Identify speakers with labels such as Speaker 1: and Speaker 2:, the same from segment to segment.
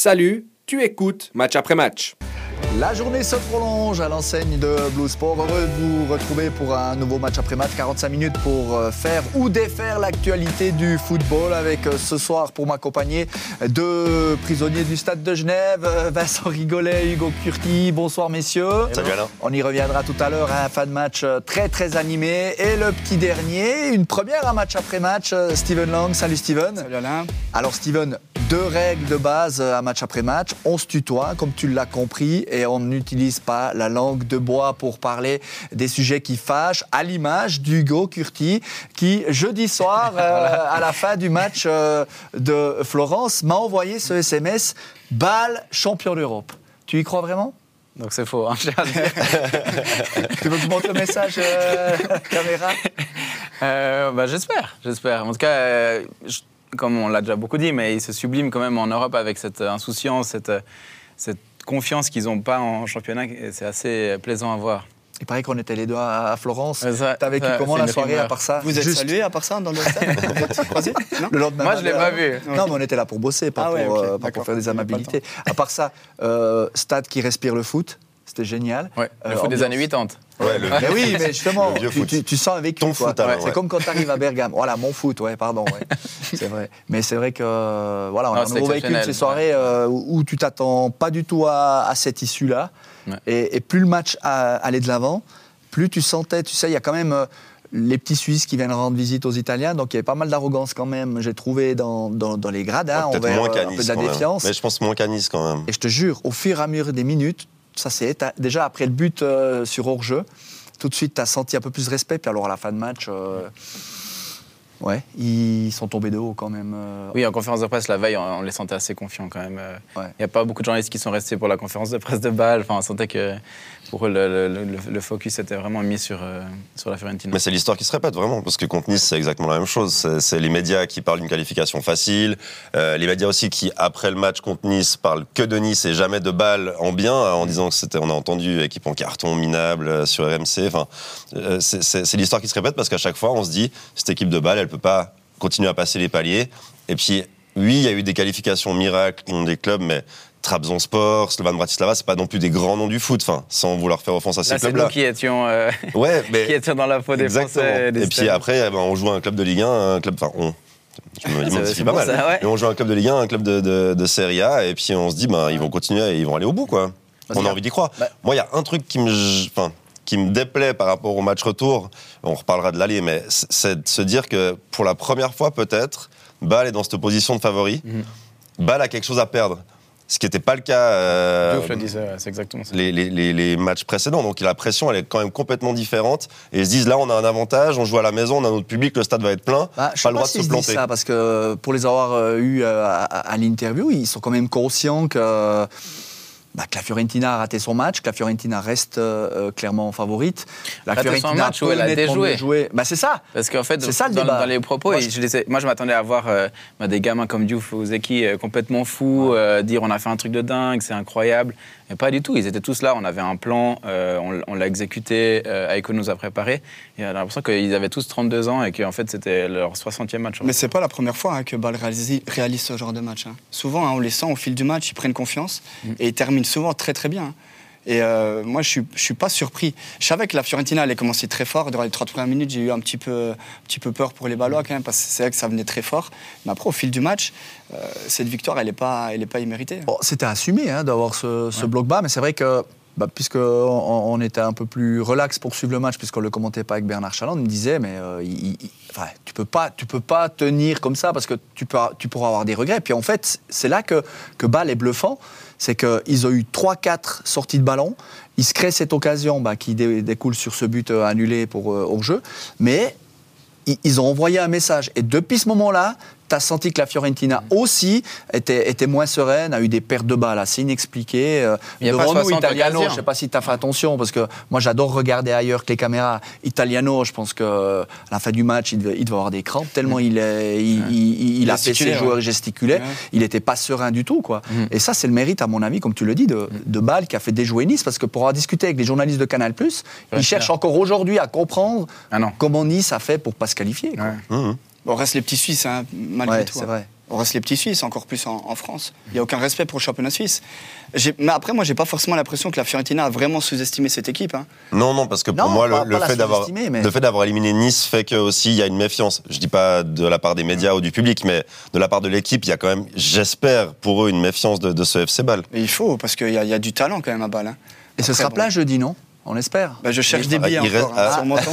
Speaker 1: Salut, tu écoutes match après match.
Speaker 2: La journée se prolonge à l'enseigne de Blue Sport. Heureux de vous retrouver pour un nouveau match après match. 45 minutes pour euh, faire ou défaire l'actualité du football. Avec euh, ce soir, pour m'accompagner, deux prisonniers du stade de Genève, euh, Vincent Rigolet, Hugo Curti. Bonsoir, messieurs.
Speaker 3: Salut Alain.
Speaker 2: On y reviendra tout à l'heure. Un fin de match euh, très, très animé. Et le petit dernier, une première, un match après match. euh, Steven Lang. Salut, Steven.
Speaker 4: Salut, Alain.
Speaker 2: Alors, Steven, deux règles de base euh, à match après match. On se tutoie, comme tu l'as compris, et on n'utilise pas la langue de bois pour parler des sujets qui fâchent, à l'image d'Hugo Curti, qui, jeudi soir, euh, à la fin du match euh, de Florence, m'a envoyé ce SMS Bâle champion d'Europe. Tu y crois vraiment
Speaker 4: donc c'est faux. Hein,
Speaker 2: tu veux que je montre le message euh, caméra
Speaker 4: bah, J'espère, j'espère. En tout cas, euh, je comme on l'a déjà beaucoup dit, mais ils se subliment quand même en Europe avec cette euh, insouciance, cette, cette confiance qu'ils n'ont pas en championnat. C'est assez plaisant à voir.
Speaker 2: Il paraît qu'on était les deux à Florence. T'as vécu comment la soirée rumeur. à part ça
Speaker 5: Vous êtes Juste... salués à part ça dans le stade
Speaker 2: Le lendemain.
Speaker 4: Moi, je l'ai pas vu.
Speaker 2: Non, mais on était là pour bosser, pas, ah ouais, pour, okay. euh, pas pour, faire des amabilités. À part ça, euh, stade qui respire le foot, c'était génial.
Speaker 4: Ouais, le euh, foot des années 80.
Speaker 2: Ouais, le mais oui, mais justement, tu, tu, tu, sens avec
Speaker 3: ton
Speaker 2: quoi.
Speaker 3: foot. Ouais.
Speaker 2: C'est comme quand tu arrives à Bergame. Voilà, mon foot, ouais, pardon. Ouais. c'est vrai. Mais c'est vrai que voilà, on non, a un nouveau véhicule ces soirées euh, où tu t'attends pas du tout à, à cette issue-là. Et, et, plus le match allait de l'avant, plus tu sentais, tu sais, il y a quand même. Euh, les petits Suisses qui viennent rendre visite aux Italiens. Donc il y avait pas mal d'arrogance quand même, j'ai trouvé dans, dans, dans, les grades. Hein,
Speaker 3: Ah, Peut-être moins
Speaker 2: euh, un peu de la défiance.
Speaker 3: Mais je pense moins qu'à Nice quand même.
Speaker 2: Et je te jure, au fur et à mesure des minutes, ça c'est déjà après le but euh, sur hors-jeu, tout de suite tu as senti un peu plus de respect. Puis alors à la fin de match, euh, ouais, ils sont tombés de haut quand même. Euh.
Speaker 4: Oui, en conférence de presse la veille, on, on les sentait assez confiants quand même. Il ouais. n'y a pas beaucoup de journalistes qui sont restés pour la conférence de presse de balle. Enfin, on sentait que pour eux, le, le, le, le focus était vraiment mis sur, euh, sur la Fiorentina.
Speaker 3: Mais c'est l'histoire qui se répète vraiment, parce que contre Nice, c'est exactement la même chose. C'est les médias qui parlent d'une qualification facile, euh, les médias aussi qui, après le match contre Nice, parlent que de Nice et jamais de Bâle en bien, hein, en disant que c'était, on a entendu euh, équipe en carton minable sur RMC. Enfin, euh, c'est l'histoire qui se répète parce qu'à chaque fois, on se dit, cette équipe de Bâle, elle peut pas continuer à passer les paliers. Et puis, oui, il y a eu des qualifications miracles contre des clubs, mais Trabzon Sport, Slovan Bratislava, c'est pas non plus des grands noms du foot, enfin, sans vouloir faire offense à ces clubs-là.
Speaker 4: C'est nous qui étions, euh, ouais, mais qui étions dans la peau des
Speaker 3: exactement.
Speaker 4: Français.
Speaker 3: Des et puis après, eh ben, on joue à un club de Ligue 1, un club, enfin, on. Je me m'identifie pas bon mal. Ah, Ça, ouais. mais on joue à un club de Ligue 1, un club de, de, de Serie A, et puis on se dit, ben, ils vont continuer et ils vont aller au bout, quoi. Parce on a envie d'y croire. Bah. Moi, il y a un truc qui me, enfin, qui me déplaît par rapport au match retour. On reparlera de l'aller, mais c'est de se dire que pour la première fois, peut-être, Bâle est dans cette position de favori. Mm -hmm. Bâle a quelque chose à perdre ce qui n'était pas le cas euh,
Speaker 4: c'est exactement ça.
Speaker 3: Les, les, les, les, matchs précédents. Donc la pression, elle est quand même complètement différente. Et ils se disent là, on a un avantage, on joue à la maison, on a notre public, le stade va être plein.
Speaker 2: Bah,
Speaker 3: je pas le droit
Speaker 2: pas si
Speaker 3: de se planter.
Speaker 2: Je ça parce que pour les avoir euh, eu à, à, à l'interview, ils sont quand même conscients que. Bah, que la Fiorentina a raté son match, que la Fiorentina reste euh, clairement favorite.
Speaker 4: La raté Fiorentina son match peut où elle a déjoué.
Speaker 2: Jouer. Bah, c'est ça.
Speaker 4: Parce qu'en fait,
Speaker 2: c'est ça, le
Speaker 4: dans,
Speaker 2: débat.
Speaker 4: dans les propos, moi, et je, je, moi, je m'attendais à voir euh, bah, des gamins comme Diouf ou Zeki euh, complètement fous, ouais. dire on a fait un truc de dingue, c'est incroyable. Mais pas du tout. Ils étaient tous là, on avait un plan, euh, on, on l'a exécuté, euh, Aiko nous a préparé. Il a l'impression qu'ils avaient tous 32 ans et qu'en fait, c'était leur 60e match.
Speaker 5: Mais c'est pas la première fois hein, que Ball réalise, réalise, ce genre de match. Hein. Souvent, hein, on les sent au fil du match, ils prennent confiance mm. et ils terminent souvent très très bien. hein. Et euh, moi, je suis, je suis pas surpris. Je savais que la Fiorentina allait commencer très fort. Durant les 30 premières minutes, j'ai eu un petit peu, un petit peu peur pour les Ballois quand même, parce que c'est vrai que ça venait très fort. Mais après, au fil du match, euh, cette victoire, elle n'est pas, elle est pas imméritée.
Speaker 2: Bon, c'était assumé hein, d'avoir ce, ce ouais. bloc bas, mais c'est vrai que bah, puisqu'on on était un peu plus relax pour suivre le match, puisqu'on ne le commentait pas avec Bernard Chaland, il me disait, mais euh, il, il, enfin, tu ne peux, pas, tu peux pas tenir comme ça, parce que tu, peux, tu pourras avoir des regrets. Puis en fait, c'est là que, que Bâle est bluffant, c'est qu'ils ont eu 3-4 sorties de ballon, ils se créent cette occasion bah, qui dé, découle sur ce but annulé pour euh, hors-jeu, mais ils, ils ont envoyé un message. Et depuis ce moment-là, tu as senti que la Fiorentina aussi était, était, moins sereine, a eu des pertes de balles assez inexpliquées. Euh,
Speaker 4: il y a
Speaker 2: Devant
Speaker 4: pas
Speaker 2: nous, Italiano, je ne sais pas si tu as fait attention, parce que moi j'adore regarder ailleurs que les caméras. Italiano, je pense qu'à la fin du match, il devait, il devait avoir des crampes, tellement il, est, il, Mm. ouais. il, il a fait ses joueurs gesticulés. Ouais. Il n'était pas serein du tout. quoi. Mm. Et ça, c'est le mérite, à mon avis, comme tu le dis, de, de Bâle qui a fait déjouer Nice, parce que pour avoir discuté avec les journalistes de Canal, ils ouais, cherchent encore aujourd'hui à comprendre
Speaker 4: ah
Speaker 2: comment Nice a fait pour ne pas se qualifier. Quoi.
Speaker 3: Hum,
Speaker 5: Mm. On reste les petits Suisses, hein, malgré
Speaker 2: ouais,
Speaker 5: tout.
Speaker 2: C'est vrai. Mm.
Speaker 5: On reste les petits Suisses, encore plus en, en France. Il n'y a aucun respect pour le championnat suisse. J'ai- Mais après, moi, j'ai pas forcément l'impression que la Fiorentina a vraiment sous-estimé cette équipe. hein.
Speaker 3: Non, non, parce que pour
Speaker 2: Non,
Speaker 3: moi,
Speaker 2: pas-
Speaker 3: le,
Speaker 2: pas
Speaker 3: le
Speaker 2: la
Speaker 3: fait d'avoir,
Speaker 2: sous-estimer, mais-
Speaker 3: le fait d'avoir éliminé Nice fait que aussi il y a une méfiance. Je dis pas de la part des médias ou du public, mais de la part de l'équipe, il y a quand même, j'espère pour eux, une méfiance de, de ce FC Bâle.
Speaker 5: Et il faut, parce qu'il y, a- il y a du talent quand même à Bâle. hein.
Speaker 2: Et ce
Speaker 5: Après,
Speaker 2: sera
Speaker 5: bon.
Speaker 2: plat jeudi, non On l'espère.
Speaker 5: Bah, je cherche des
Speaker 3: Ah,
Speaker 5: billets
Speaker 3: il
Speaker 5: encore,
Speaker 3: reste-
Speaker 5: hein, sur mon temps.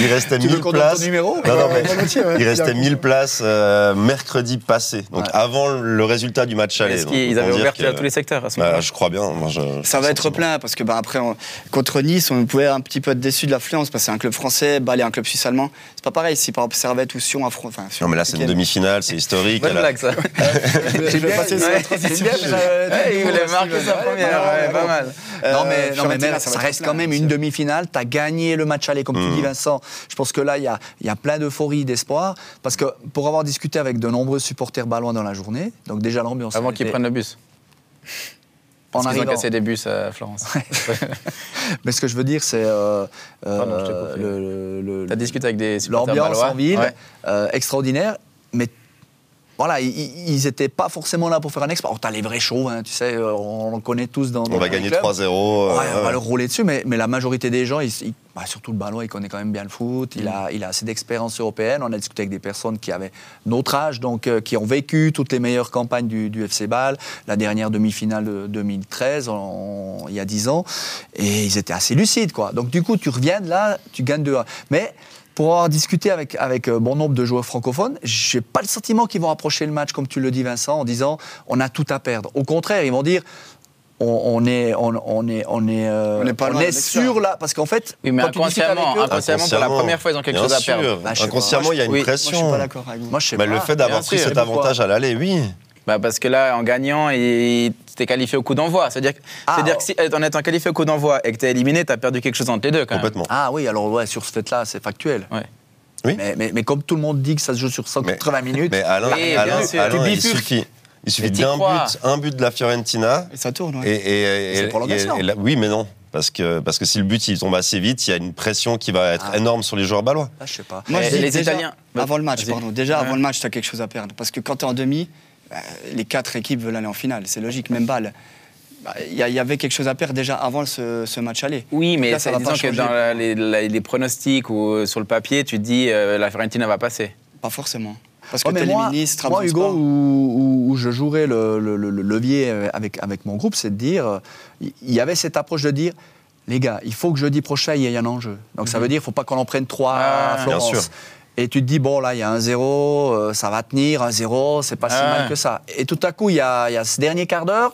Speaker 3: Il restait
Speaker 2: Tu veux
Speaker 3: 1000
Speaker 2: qu'on donne
Speaker 3: places.
Speaker 2: ton numéro
Speaker 3: Non, non, mais
Speaker 2: Volontiers, ouais.
Speaker 3: il restait 1000 places euh, mercredi passé, donc
Speaker 2: Ouais.
Speaker 3: avant le résultat du match aller.
Speaker 4: Est-ce
Speaker 3: Donc,
Speaker 4: qu'ils
Speaker 3: autant
Speaker 4: avaient
Speaker 3: dire
Speaker 4: ouvert
Speaker 3: que-
Speaker 4: à tous les secteurs à ce
Speaker 3: Bah,
Speaker 4: moment-là
Speaker 3: je crois bien. Moi, je,
Speaker 5: Ça va être
Speaker 3: sentiment.
Speaker 5: plein parce que bah, après on- contre Nice, on pouvait un petit peu être déçu de l'affluence parce que c'est un club français, Bâle est un club suisse allemand. C'est pas pareil si par exemple Servette ou Sion affrontent. Enfin, Sion,
Speaker 3: Non, mais là, c'est une
Speaker 5: ok.
Speaker 3: demi-finale, c'est historique.
Speaker 4: Bonne
Speaker 3: elle a-
Speaker 4: blague, ça.
Speaker 5: Je vais passer sur la transition.
Speaker 2: J'aime bien, mais, euh,
Speaker 4: Ouais, Il voulait
Speaker 2: Steven.
Speaker 4: marquer sa
Speaker 2: Ouais,
Speaker 4: première,
Speaker 2: non,
Speaker 4: ouais,
Speaker 2: non,
Speaker 4: pas
Speaker 2: non.
Speaker 4: mal.
Speaker 2: Non
Speaker 5: Euh,
Speaker 2: mais, non, mais
Speaker 5: Fiorentina,
Speaker 2: mec, ça,
Speaker 5: ça va être
Speaker 2: reste
Speaker 5: plein, hein,
Speaker 2: quand même
Speaker 5: bien
Speaker 2: une
Speaker 5: sûr.
Speaker 2: demi-finale. Tu as gagné le match aller, comme tu
Speaker 3: Mm.
Speaker 2: dis, Vincent. Je pense que là, il y a, il y a plein d'euphorie, d'espoir. Parce que pour avoir discuté avec de nombreux supporters balois dans la journée, donc déjà l'ambiance.
Speaker 4: Avant
Speaker 2: elle
Speaker 4: qu'ils
Speaker 2: était-
Speaker 4: prennent le bus.
Speaker 2: en
Speaker 4: Parce qu'ils ont
Speaker 2: arrivant.
Speaker 4: cassé des bus à Florence.
Speaker 2: Mais ce que je veux dire, c'est. euh,
Speaker 4: Pardon, je t'ai
Speaker 2: euh,
Speaker 4: coupé.
Speaker 2: le- le- le-
Speaker 4: T'as discuté avec des supporters
Speaker 2: L'ambiance
Speaker 4: balois
Speaker 2: en ville,
Speaker 4: Ouais.
Speaker 2: euh, extraordinaire. Mais voilà, i- i- ils n'étaient pas forcément là pour faire un exploit. Alors, t'as les vrais chauds, hein, tu sais, euh, on, on connaît tous dans.
Speaker 3: On
Speaker 2: dans
Speaker 3: va
Speaker 2: les
Speaker 3: gagner
Speaker 2: clubs.
Speaker 3: 3-0.
Speaker 2: Ouais, on
Speaker 3: euh,
Speaker 2: va
Speaker 3: ouais.
Speaker 2: leur rouler dessus, mais, mais la majorité des gens, ils- ils- bah, surtout le Balois, il connaît quand même bien le foot, il, a, il a assez d'expérience européenne. On a discuté avec des personnes qui avaient notre âge, donc euh, qui ont vécu toutes les meilleures campagnes du, du FC Bâle, la dernière demi-finale de 2013, en- il y a 10 ans, et ils étaient assez lucides. quoi. Donc du coup, tu reviens de là, tu gagnes 2-1. Mais pour avoir discuté avec, avec euh, bon nombre de joueurs francophones, j'ai pas le sentiment qu'ils vont approcher le match, comme tu le dis, Vincent, en disant on a tout à perdre. Au contraire, ils vont dire on, on est, on, on est, on est, euh,
Speaker 5: On n'est pas loin de la
Speaker 2: sûr
Speaker 5: victoire.
Speaker 2: là, parce qu'en fait,
Speaker 4: Oui, mais
Speaker 2: quand tu discutes avec
Speaker 4: inconsciemment, hein.
Speaker 2: eux-
Speaker 4: inconsciemment, pour la première fois, ils ont quelque
Speaker 3: Bien
Speaker 4: chose à
Speaker 3: sûr.
Speaker 4: perdre.
Speaker 2: Bah, je sais
Speaker 3: Inconsciemment,
Speaker 2: pas.
Speaker 3: il y a une
Speaker 4: Oui.
Speaker 5: Moi,
Speaker 3: pression.
Speaker 5: je suis pas d'accord avec vous.
Speaker 2: moi je sais
Speaker 3: mais
Speaker 2: pas.
Speaker 3: le fait d'avoir
Speaker 4: Bien
Speaker 3: pris
Speaker 4: sûr.
Speaker 3: cet avantage à l'aller, oui.
Speaker 4: Bah, parce que là, en gagnant, il t'es qualifié au coup d'envoi. C'est-à-dire que,
Speaker 2: Ah,
Speaker 4: c'est-à-dire
Speaker 2: oh.
Speaker 4: que si, euh, en étant qualifié au coup d'envoi et que t'es éliminé, t'as perdu quelque chose entre les deux quand
Speaker 3: Complètement.
Speaker 2: Ah oui, alors ouais, sur ce fait-là, c'est factuel.
Speaker 4: même. Ouais.
Speaker 3: Oui.
Speaker 2: Mais, mais, mais comme tout le monde dit que ça se joue sur 180 minutes,
Speaker 3: Mais Alain,
Speaker 4: Oui,
Speaker 3: Alain-
Speaker 4: bien sûr.
Speaker 3: Alain,
Speaker 4: Tu
Speaker 3: il
Speaker 4: bifurques.
Speaker 3: suffit, il suffit
Speaker 4: Mais t'y
Speaker 3: d'un
Speaker 4: crois.
Speaker 3: but, un but de la Fiorentina.
Speaker 5: Et ça tourne, ouais.
Speaker 3: Et, et- et-
Speaker 2: C'est
Speaker 3: et-
Speaker 2: prolongation.
Speaker 3: et là- oui, mais non. Parce que, parce que si le but il tombe assez vite, il y a une pression qui va être
Speaker 2: Ah.
Speaker 3: énorme sur les joueurs balois.
Speaker 2: là, je sais pas.
Speaker 5: Moi,
Speaker 4: Et
Speaker 5: je dis
Speaker 4: les
Speaker 5: déjà,
Speaker 4: Italiens-
Speaker 5: Avant le match,
Speaker 4: Vas-y.
Speaker 5: pardon. Déjà,
Speaker 4: Ouais.
Speaker 5: avant le match, tu as quelque chose à perdre. Parce que quand tu es en demi, bah, les quatre équipes veulent aller en finale. C'est logique, même balle. Bah, Il y, a- il y avait quelque chose à perdre déjà avant ce, ce match aller.
Speaker 4: Oui, mais
Speaker 5: Là,
Speaker 4: ça
Speaker 5: ça va
Speaker 4: disons
Speaker 5: pas
Speaker 4: que
Speaker 5: changer.
Speaker 4: dans la- les, la- les pronostics ou euh, sur le papier, tu te dis euh, la Fiorentina va passer.
Speaker 5: Pas forcément. Parce que
Speaker 2: Ouais, Oh, mais
Speaker 5: t'es les
Speaker 2: moi,
Speaker 5: ministres,
Speaker 2: moi, Hugo,
Speaker 5: Trabzonspor.
Speaker 2: où, où- où je jouerais le, le- le- le levier euh, avec, avec mon groupe, c'est de dire, euh, il il y avait cette approche de dire, les gars, il faut que jeudi prochain, il y ait un enjeu. Donc ça veut dire, il ne faut pas qu'on en prenne trois
Speaker 4: Mhm. Ah,
Speaker 2: à
Speaker 4: bien
Speaker 2: Florence.
Speaker 3: sûr.
Speaker 2: Et tu te dis, bon, là, il y a un zéro, euh, ça va tenir, un zéro, c'est pas si
Speaker 4: Ah.
Speaker 2: mal que ça. Et tout à coup, il y a, il y a ce dernier quart d'heure,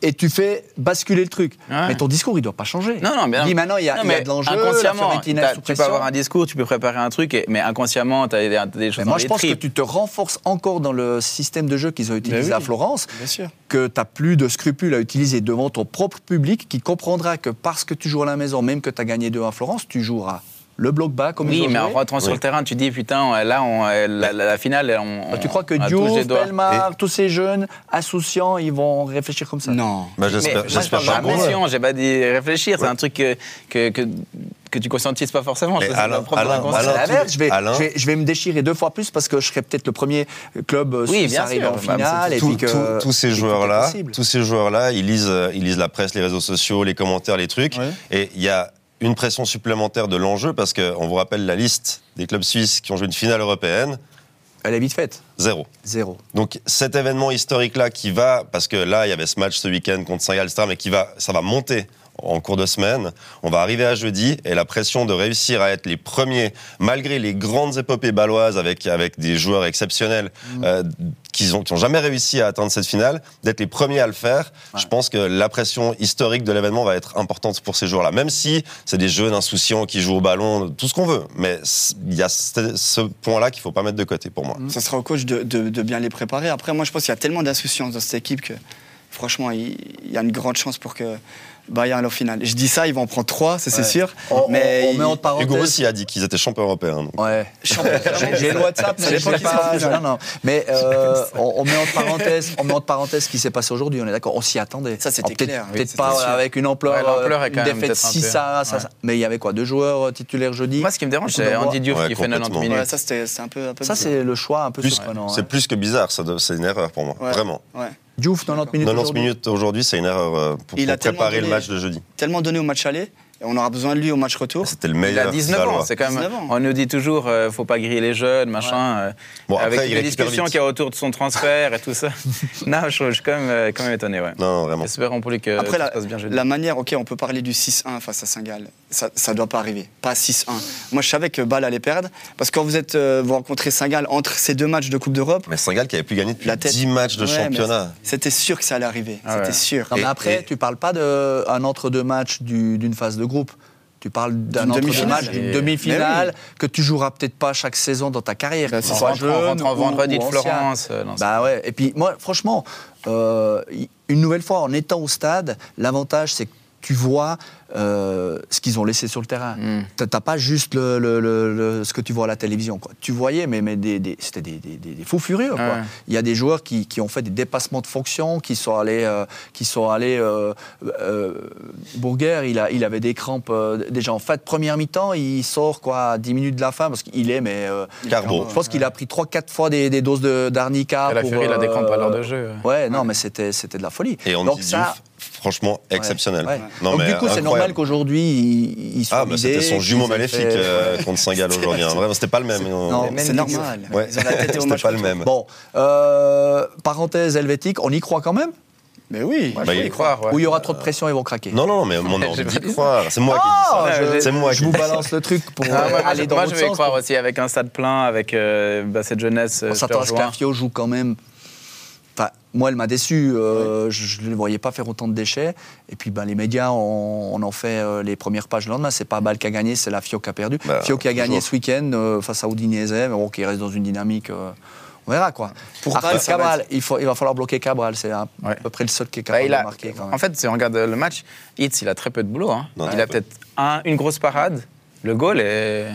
Speaker 2: et tu fais basculer le truc.
Speaker 4: Ouais.
Speaker 2: Mais ton discours, il ne doit pas changer.
Speaker 4: Ah. Non, non, mais
Speaker 2: Tu dis, maintenant, il y a,
Speaker 4: non,
Speaker 2: il y a
Speaker 4: mais
Speaker 2: de l'enjeu, la
Speaker 4: Inconsciemment,
Speaker 2: Fiorentina est
Speaker 4: t'as-
Speaker 2: sous
Speaker 4: tu peux
Speaker 2: pression.
Speaker 4: avoir un discours, tu peux préparer un truc, et- mais inconsciemment, tu as des, des choses
Speaker 2: Mais
Speaker 4: dans
Speaker 2: moi,
Speaker 4: les
Speaker 2: je pense que
Speaker 4: tripes.
Speaker 2: tu te renforces encore dans le système de jeu qu'ils ont utilisé
Speaker 5: oui.
Speaker 2: à Florence,
Speaker 5: Bien sûr.
Speaker 2: que tu n'as plus de scrupules à utiliser devant ton propre public qui comprendra que parce que tu joues à la maison, même que tu as gagné 2 à Florence, tu joueras le bloc bas comme ils
Speaker 4: Oui,
Speaker 2: ont
Speaker 4: mais en
Speaker 2: joué.
Speaker 4: rentrant sur
Speaker 3: Oui.
Speaker 4: le terrain, tu dis putain, euh, là, on, euh, la, la- la finale, on,
Speaker 2: Bah, Euh, Tu
Speaker 4: on-
Speaker 2: crois que
Speaker 4: on touche
Speaker 2: Diouf,
Speaker 4: les doigts.
Speaker 2: Pelmar, tous ces jeunes insouciants, ils vont réfléchir comme ça
Speaker 5: Non.
Speaker 3: Bah,
Speaker 4: Mais
Speaker 3: J'espère
Speaker 4: moi, je
Speaker 3: j'espère
Speaker 4: parle
Speaker 3: pas
Speaker 4: de
Speaker 3: pour eux.
Speaker 4: conscience, j'ai pas dit réfléchir, c'est
Speaker 3: Ouais.
Speaker 4: un truc que, que, que, que tu conscientises pas forcément.
Speaker 3: Mais
Speaker 4: je pense que ça
Speaker 3: Alain-
Speaker 4: doit prendre
Speaker 3: Alain-
Speaker 4: l'inconscient.
Speaker 2: Moi, c'est la
Speaker 3: tout-
Speaker 2: merde, je vais,
Speaker 3: Alain-
Speaker 2: je, vais, je vais me déchirer deux fois plus parce que je serai peut-être le premier club euh,
Speaker 4: Oui,
Speaker 2: suisse
Speaker 4: bien
Speaker 2: à arriver
Speaker 4: sûr.
Speaker 2: en
Speaker 4: Bah, mais c'est
Speaker 2: finale. et
Speaker 3: Tous-
Speaker 2: puis que-
Speaker 3: tous- tous
Speaker 2: et
Speaker 3: ces
Speaker 2: que tout est
Speaker 3: joueurs là,
Speaker 2: possible.
Speaker 3: tous ces joueurs là, ils lisent, euh, ils lisent la presse, les réseaux sociaux, les commentaires, les trucs,
Speaker 5: Ouais.
Speaker 3: et il y a une pression supplémentaire de l'enjeu parce que on vous rappelle la liste des clubs suisses qui ont joué une finale européenne,
Speaker 2: Elle est vite faite,
Speaker 3: zéro.
Speaker 2: zéro.
Speaker 3: Donc cet événement historique là qui va, parce que là il y avait ce match ce week-end contre Saint-Gall, etc., mais qui va, ça va monter en cours de semaine. On va arriver à jeudi et la pression de réussir à être les premiers, malgré les grandes épopées baloises avec avec des joueurs exceptionnels euh, qui ont qui ont jamais réussi à atteindre cette finale, d'être les premiers à le faire. Je pense que la pression historique de l'événement va être importante pour ces joueurs là, même si c'est des jeunes insouciants qui jouent au ballon, tout ce qu'on veut. Mais c- il y a ce ce point là qu'il faut pas mettre de côté pour moi.
Speaker 5: Ça sera au coach de, de- de bien les préparer. Après, moi, je pense qu'il y a tellement d'insouciance dans cette équipe que. franchement, il, il y a une grande chance pour que Bayern aille en finale. Je dis ça, ils vont en prendre trois, ça, c'est
Speaker 2: Ouais.
Speaker 5: sûr.
Speaker 2: On- on-
Speaker 5: mais
Speaker 2: on met en
Speaker 5: il-
Speaker 2: parenthèse-
Speaker 3: Oh, Hugo Rossi a dit qu'ils étaient champions européens. donc.
Speaker 2: Ouais. J'ai j'ai le WhatsApp,
Speaker 5: Ça
Speaker 2: mais je
Speaker 5: dépend
Speaker 2: l'ai
Speaker 5: qui
Speaker 2: pas.
Speaker 5: s'en fout,
Speaker 2: non, non. Mais euh, on, on met en parenthèse, on met en parenthèse ce qui s'est passé aujourd'hui. On est d'accord. On s'y attendait.
Speaker 5: Ça, c'était
Speaker 2: Alors, peut-être-
Speaker 5: clair, oui,
Speaker 2: Peut-être
Speaker 5: c'était
Speaker 2: pas
Speaker 5: sûr.
Speaker 2: avec une ampleur,
Speaker 4: Ouais, l'ampleur est
Speaker 2: euh,
Speaker 4: quand
Speaker 2: une
Speaker 4: même
Speaker 2: défaite
Speaker 4: peut-être un
Speaker 2: 6
Speaker 4: peu-
Speaker 2: à, ça,
Speaker 4: ouais.
Speaker 2: ça. Mais il y avait quoi Deux joueurs euh, titulaires jeudi.
Speaker 4: Moi, ce qui me dérange,
Speaker 2: Beaucoup
Speaker 4: c'est
Speaker 2: d'endroits.
Speaker 4: Andy Diouf
Speaker 3: Ouais,
Speaker 4: qui fait 90
Speaker 3: complètement.
Speaker 4: minutes.
Speaker 5: Ouais, ça, c'était c'est un peu. Un peu
Speaker 2: Ça c'est le choix un peu
Speaker 3: Plus-
Speaker 2: surprenant.
Speaker 3: C'est
Speaker 2: hein.
Speaker 3: plus que bizarre, ça doit- c'est une erreur pour moi.
Speaker 5: Ouais.
Speaker 3: Vraiment.
Speaker 5: Ouais.
Speaker 2: Diouf 90 minutes.
Speaker 3: 90
Speaker 2: aujourd'hui.
Speaker 3: minutes aujourd'hui, c'est une erreur euh, pour,
Speaker 5: Il
Speaker 3: pour
Speaker 5: a tellement
Speaker 3: préparer le
Speaker 5: donné-
Speaker 3: match de jeudi.
Speaker 5: Tellement donné au match aller, et on aura besoin de lui au match retour.
Speaker 3: C'était le
Speaker 4: Il a
Speaker 3: meilleur.
Speaker 4: 19 ans,
Speaker 3: Valois.
Speaker 4: c'est quand même.
Speaker 5: 19 ans.
Speaker 4: On nous dit toujours, euh, faut pas griller les jeunes, machin. euh,
Speaker 3: Bon,
Speaker 4: avec
Speaker 3: après,
Speaker 4: toutes
Speaker 3: il
Speaker 4: les
Speaker 3: récupère
Speaker 4: discussions
Speaker 3: vite.
Speaker 4: qu'il y a autour de son transfert et tout ça. non, je, je suis quand même, euh, quand même étonné, ouais.
Speaker 3: Non, non, vraiment.
Speaker 4: Espérons pour lui que
Speaker 5: Après,
Speaker 4: tout
Speaker 5: la,
Speaker 4: se passe bien jeudi.
Speaker 5: la manière, ok, on peut parler du 6-1 face à Saint-Gall. Ça ne doit pas arriver. Pas 6-1. Moi, je savais que Bâle allait perdre. Parce que quand vous, êtes, euh, vous rencontrez Saint-Gall entre ces deux matchs de Coupe d'Europe,
Speaker 3: Mais Saint-Gall qui avait plus gagné depuis
Speaker 5: La tête.
Speaker 3: 10 matchs de
Speaker 5: Ouais,
Speaker 3: championnat.
Speaker 5: mais c'était sûr que ça allait arriver.
Speaker 4: Ah
Speaker 5: c'était
Speaker 4: ouais.
Speaker 5: sûr.
Speaker 2: Non, mais
Speaker 3: Et-
Speaker 2: après,
Speaker 3: et-
Speaker 2: tu parles pas d'un entre-deux match du- d'une phase de groupe. Tu parles d'un
Speaker 5: D'une
Speaker 2: entre-deux
Speaker 5: demi-finale.
Speaker 2: match, d'une
Speaker 4: Et-
Speaker 2: demi-finale que tu joueras peut-être pas chaque saison dans ta carrière.
Speaker 5: Bah,
Speaker 2: que
Speaker 5: c'est
Speaker 2: tu
Speaker 4: on
Speaker 5: ça,
Speaker 2: sois
Speaker 4: rentre, on
Speaker 2: jeune
Speaker 4: rentre en
Speaker 2: ou-
Speaker 4: vendredi
Speaker 2: ou
Speaker 4: de
Speaker 2: ancien.
Speaker 4: Florence. euh, non,
Speaker 2: Bah ouais. Et puis moi, franchement, euh, y- une nouvelle fois, en étant au stade, l'avantage c'est que tu vois euh, ce qu'ils ont laissé sur le terrain.
Speaker 4: Mm.
Speaker 2: T'as t'as pas juste le, le- le- le- ce que tu vois à la télévision. Quoi. Tu voyais, mais, mais des, des- c'était des, des- des- des fous furieux. quoi.
Speaker 4: Ouais.
Speaker 2: Il y a des joueurs qui, qui ont fait des dépassements de fonction, qui sont allés. euh, qui sont allés euh, euh, Bourguer, il, a, il avait des crampes euh, déjà en fin de première mi-temps. Il sort quoi, à 10 minutes de la fin, parce qu'il est, mais. euh,
Speaker 3: Carbo.
Speaker 2: je pense qu'il a pris 3-4 fois des, des doses de- d'arnica.
Speaker 4: Et la
Speaker 2: pour,
Speaker 4: Fury, il a des
Speaker 2: euh,
Speaker 4: crampes à l'heure de jeu. ouais.
Speaker 2: Ouais, non, mais c'était c'était de la folie.
Speaker 3: Et Andy
Speaker 2: Donc
Speaker 3: Diouf,
Speaker 2: ça-
Speaker 3: franchement,
Speaker 2: ouais,
Speaker 3: exceptionnel.
Speaker 2: ouais.
Speaker 3: Non,
Speaker 2: Donc
Speaker 3: mais
Speaker 2: du coup, c'est
Speaker 3: incroyable.
Speaker 2: normal qu'aujourd'hui, ils, ils soient
Speaker 3: Ah, mais c'était
Speaker 2: bidés,
Speaker 3: son jumeau
Speaker 2: qu'ils aient
Speaker 3: maléfique
Speaker 2: fait-
Speaker 3: euh, contre Saint-Gall aujourd'hui. hein. Vraiment, c'était pas le même. On-
Speaker 2: non,
Speaker 3: Ouais,
Speaker 5: C'est normal.
Speaker 3: Ouais.
Speaker 5: Ils ont la tête et au
Speaker 3: C'était
Speaker 5: match
Speaker 3: pas le
Speaker 5: retour.
Speaker 3: même.
Speaker 2: Bon, euh, parenthèse helvétique, on y croit quand même
Speaker 5: Mais oui.
Speaker 4: Moi,
Speaker 3: Bah,
Speaker 4: je peux
Speaker 3: il-
Speaker 4: y croire. ouais.
Speaker 2: Ou il y aura trop de pression, ils vont craquer
Speaker 3: Non, non, non, mais mon envie
Speaker 4: J'ai pas
Speaker 3: d'y
Speaker 4: dit ça.
Speaker 3: croire. C'est moi
Speaker 2: Ah,
Speaker 3: qui dis
Speaker 2: je-
Speaker 3: ça. C'est moi
Speaker 2: Je
Speaker 3: qui
Speaker 2: vous
Speaker 3: dis ça.
Speaker 2: balance le truc pour
Speaker 4: Non, Ah moi,
Speaker 2: aller
Speaker 4: je-
Speaker 2: dans
Speaker 4: moi,
Speaker 2: l'autre
Speaker 4: je vais y
Speaker 2: sens.
Speaker 4: croire aussi avec un stade plein, avec euh, bah, cette jeunesse. euh,
Speaker 2: On s'attend à ce
Speaker 4: Sturgeon.
Speaker 2: qu'Afio joue quand même. Enfin, moi, elle m'a déçu. euh, Je ne le voyais pas faire autant de déchets. Et puis, ben, les médias, on, on en fait euh, les premières pages le lendemain. C'est pas Bâle qui a gagné, c'est la Fio qui a perdu.
Speaker 3: Bah,
Speaker 2: Fio qui a gagné
Speaker 3: toujours.
Speaker 2: ce week-end euh, face à Udinese, mais bon, qui reste dans une dynamique. euh, on verra quoi.
Speaker 4: Ah,
Speaker 2: Pour
Speaker 5: Bâle, ça va
Speaker 2: Cabral, il, faut, il va falloir bloquer Cabral. C'est à
Speaker 4: Ouais.
Speaker 2: peu près le seul qui est
Speaker 4: Bah,
Speaker 2: capable
Speaker 4: il a-
Speaker 2: de marquer. Quand même.
Speaker 4: en fait, si on regarde le match, Hitz, il a très peu de boulot. hein.
Speaker 3: Non,
Speaker 4: il
Speaker 3: très
Speaker 4: a
Speaker 3: peu.
Speaker 4: peut-être un- une grosse parade. Le goal est.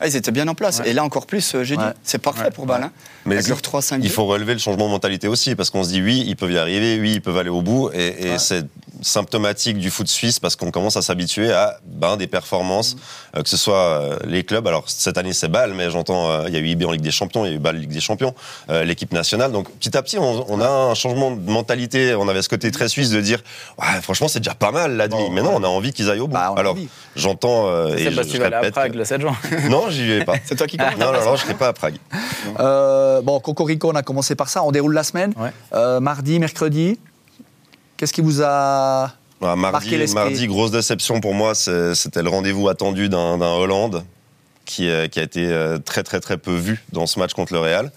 Speaker 5: Ah, ils étaient bien en place.
Speaker 4: Ouais.
Speaker 5: Et là, encore plus, euh, j'ai dit.
Speaker 2: Ouais.
Speaker 5: C'est parfait
Speaker 4: Ouais.
Speaker 5: pour Bâle. hein.
Speaker 3: Mais
Speaker 5: Avec
Speaker 3: il-
Speaker 5: leur 3-5.
Speaker 3: Il faut relever le changement de mentalité aussi, parce qu'on se dit oui, ils peuvent y arriver, oui, ils peuvent aller au bout, et, et c'est symptomatique du foot suisse parce qu'on commence à s'habituer à ben, des performances, euh, que ce soit euh, les clubs. Alors cette année c'est Bâle, mais j'entends euh, il y a eu IB en Ligue des Champions, il y a eu Bâle Ligue des Champions, euh, l'équipe nationale. Donc petit à petit, on, on a un changement de mentalité. On avait ce côté très suisse de dire ouais, franchement c'est déjà pas mal la demi.
Speaker 2: Bon,
Speaker 3: mais non, on a envie qu'ils aillent au bout.
Speaker 2: Bah, on a
Speaker 3: Alors
Speaker 2: envie.
Speaker 3: j'entends euh, et
Speaker 4: C'est
Speaker 3: je,
Speaker 4: parce que
Speaker 3: je
Speaker 4: tu vas aller à
Speaker 3: répète
Speaker 4: Prague
Speaker 3: que-
Speaker 4: le 7 juin.
Speaker 3: Non, j'y vais pas.
Speaker 5: C'est toi qui
Speaker 3: Non,
Speaker 5: commence.
Speaker 3: non, non, je serai pas à Prague.
Speaker 2: Euh, bon, Cocorico, on a commencé par ça. On déroule la semaine.
Speaker 4: Ouais.
Speaker 2: Euh, mardi, mercredi. Qu'est-ce qui vous a.
Speaker 3: Ah,
Speaker 2: Marquer
Speaker 3: mardi,
Speaker 2: l'esprit.
Speaker 3: mardi, grosse déception pour moi, c'est- c'était le rendez-vous attendu d'un d'un Hollande qui, euh, qui a été euh, très très très peu vu dans ce match contre le Real.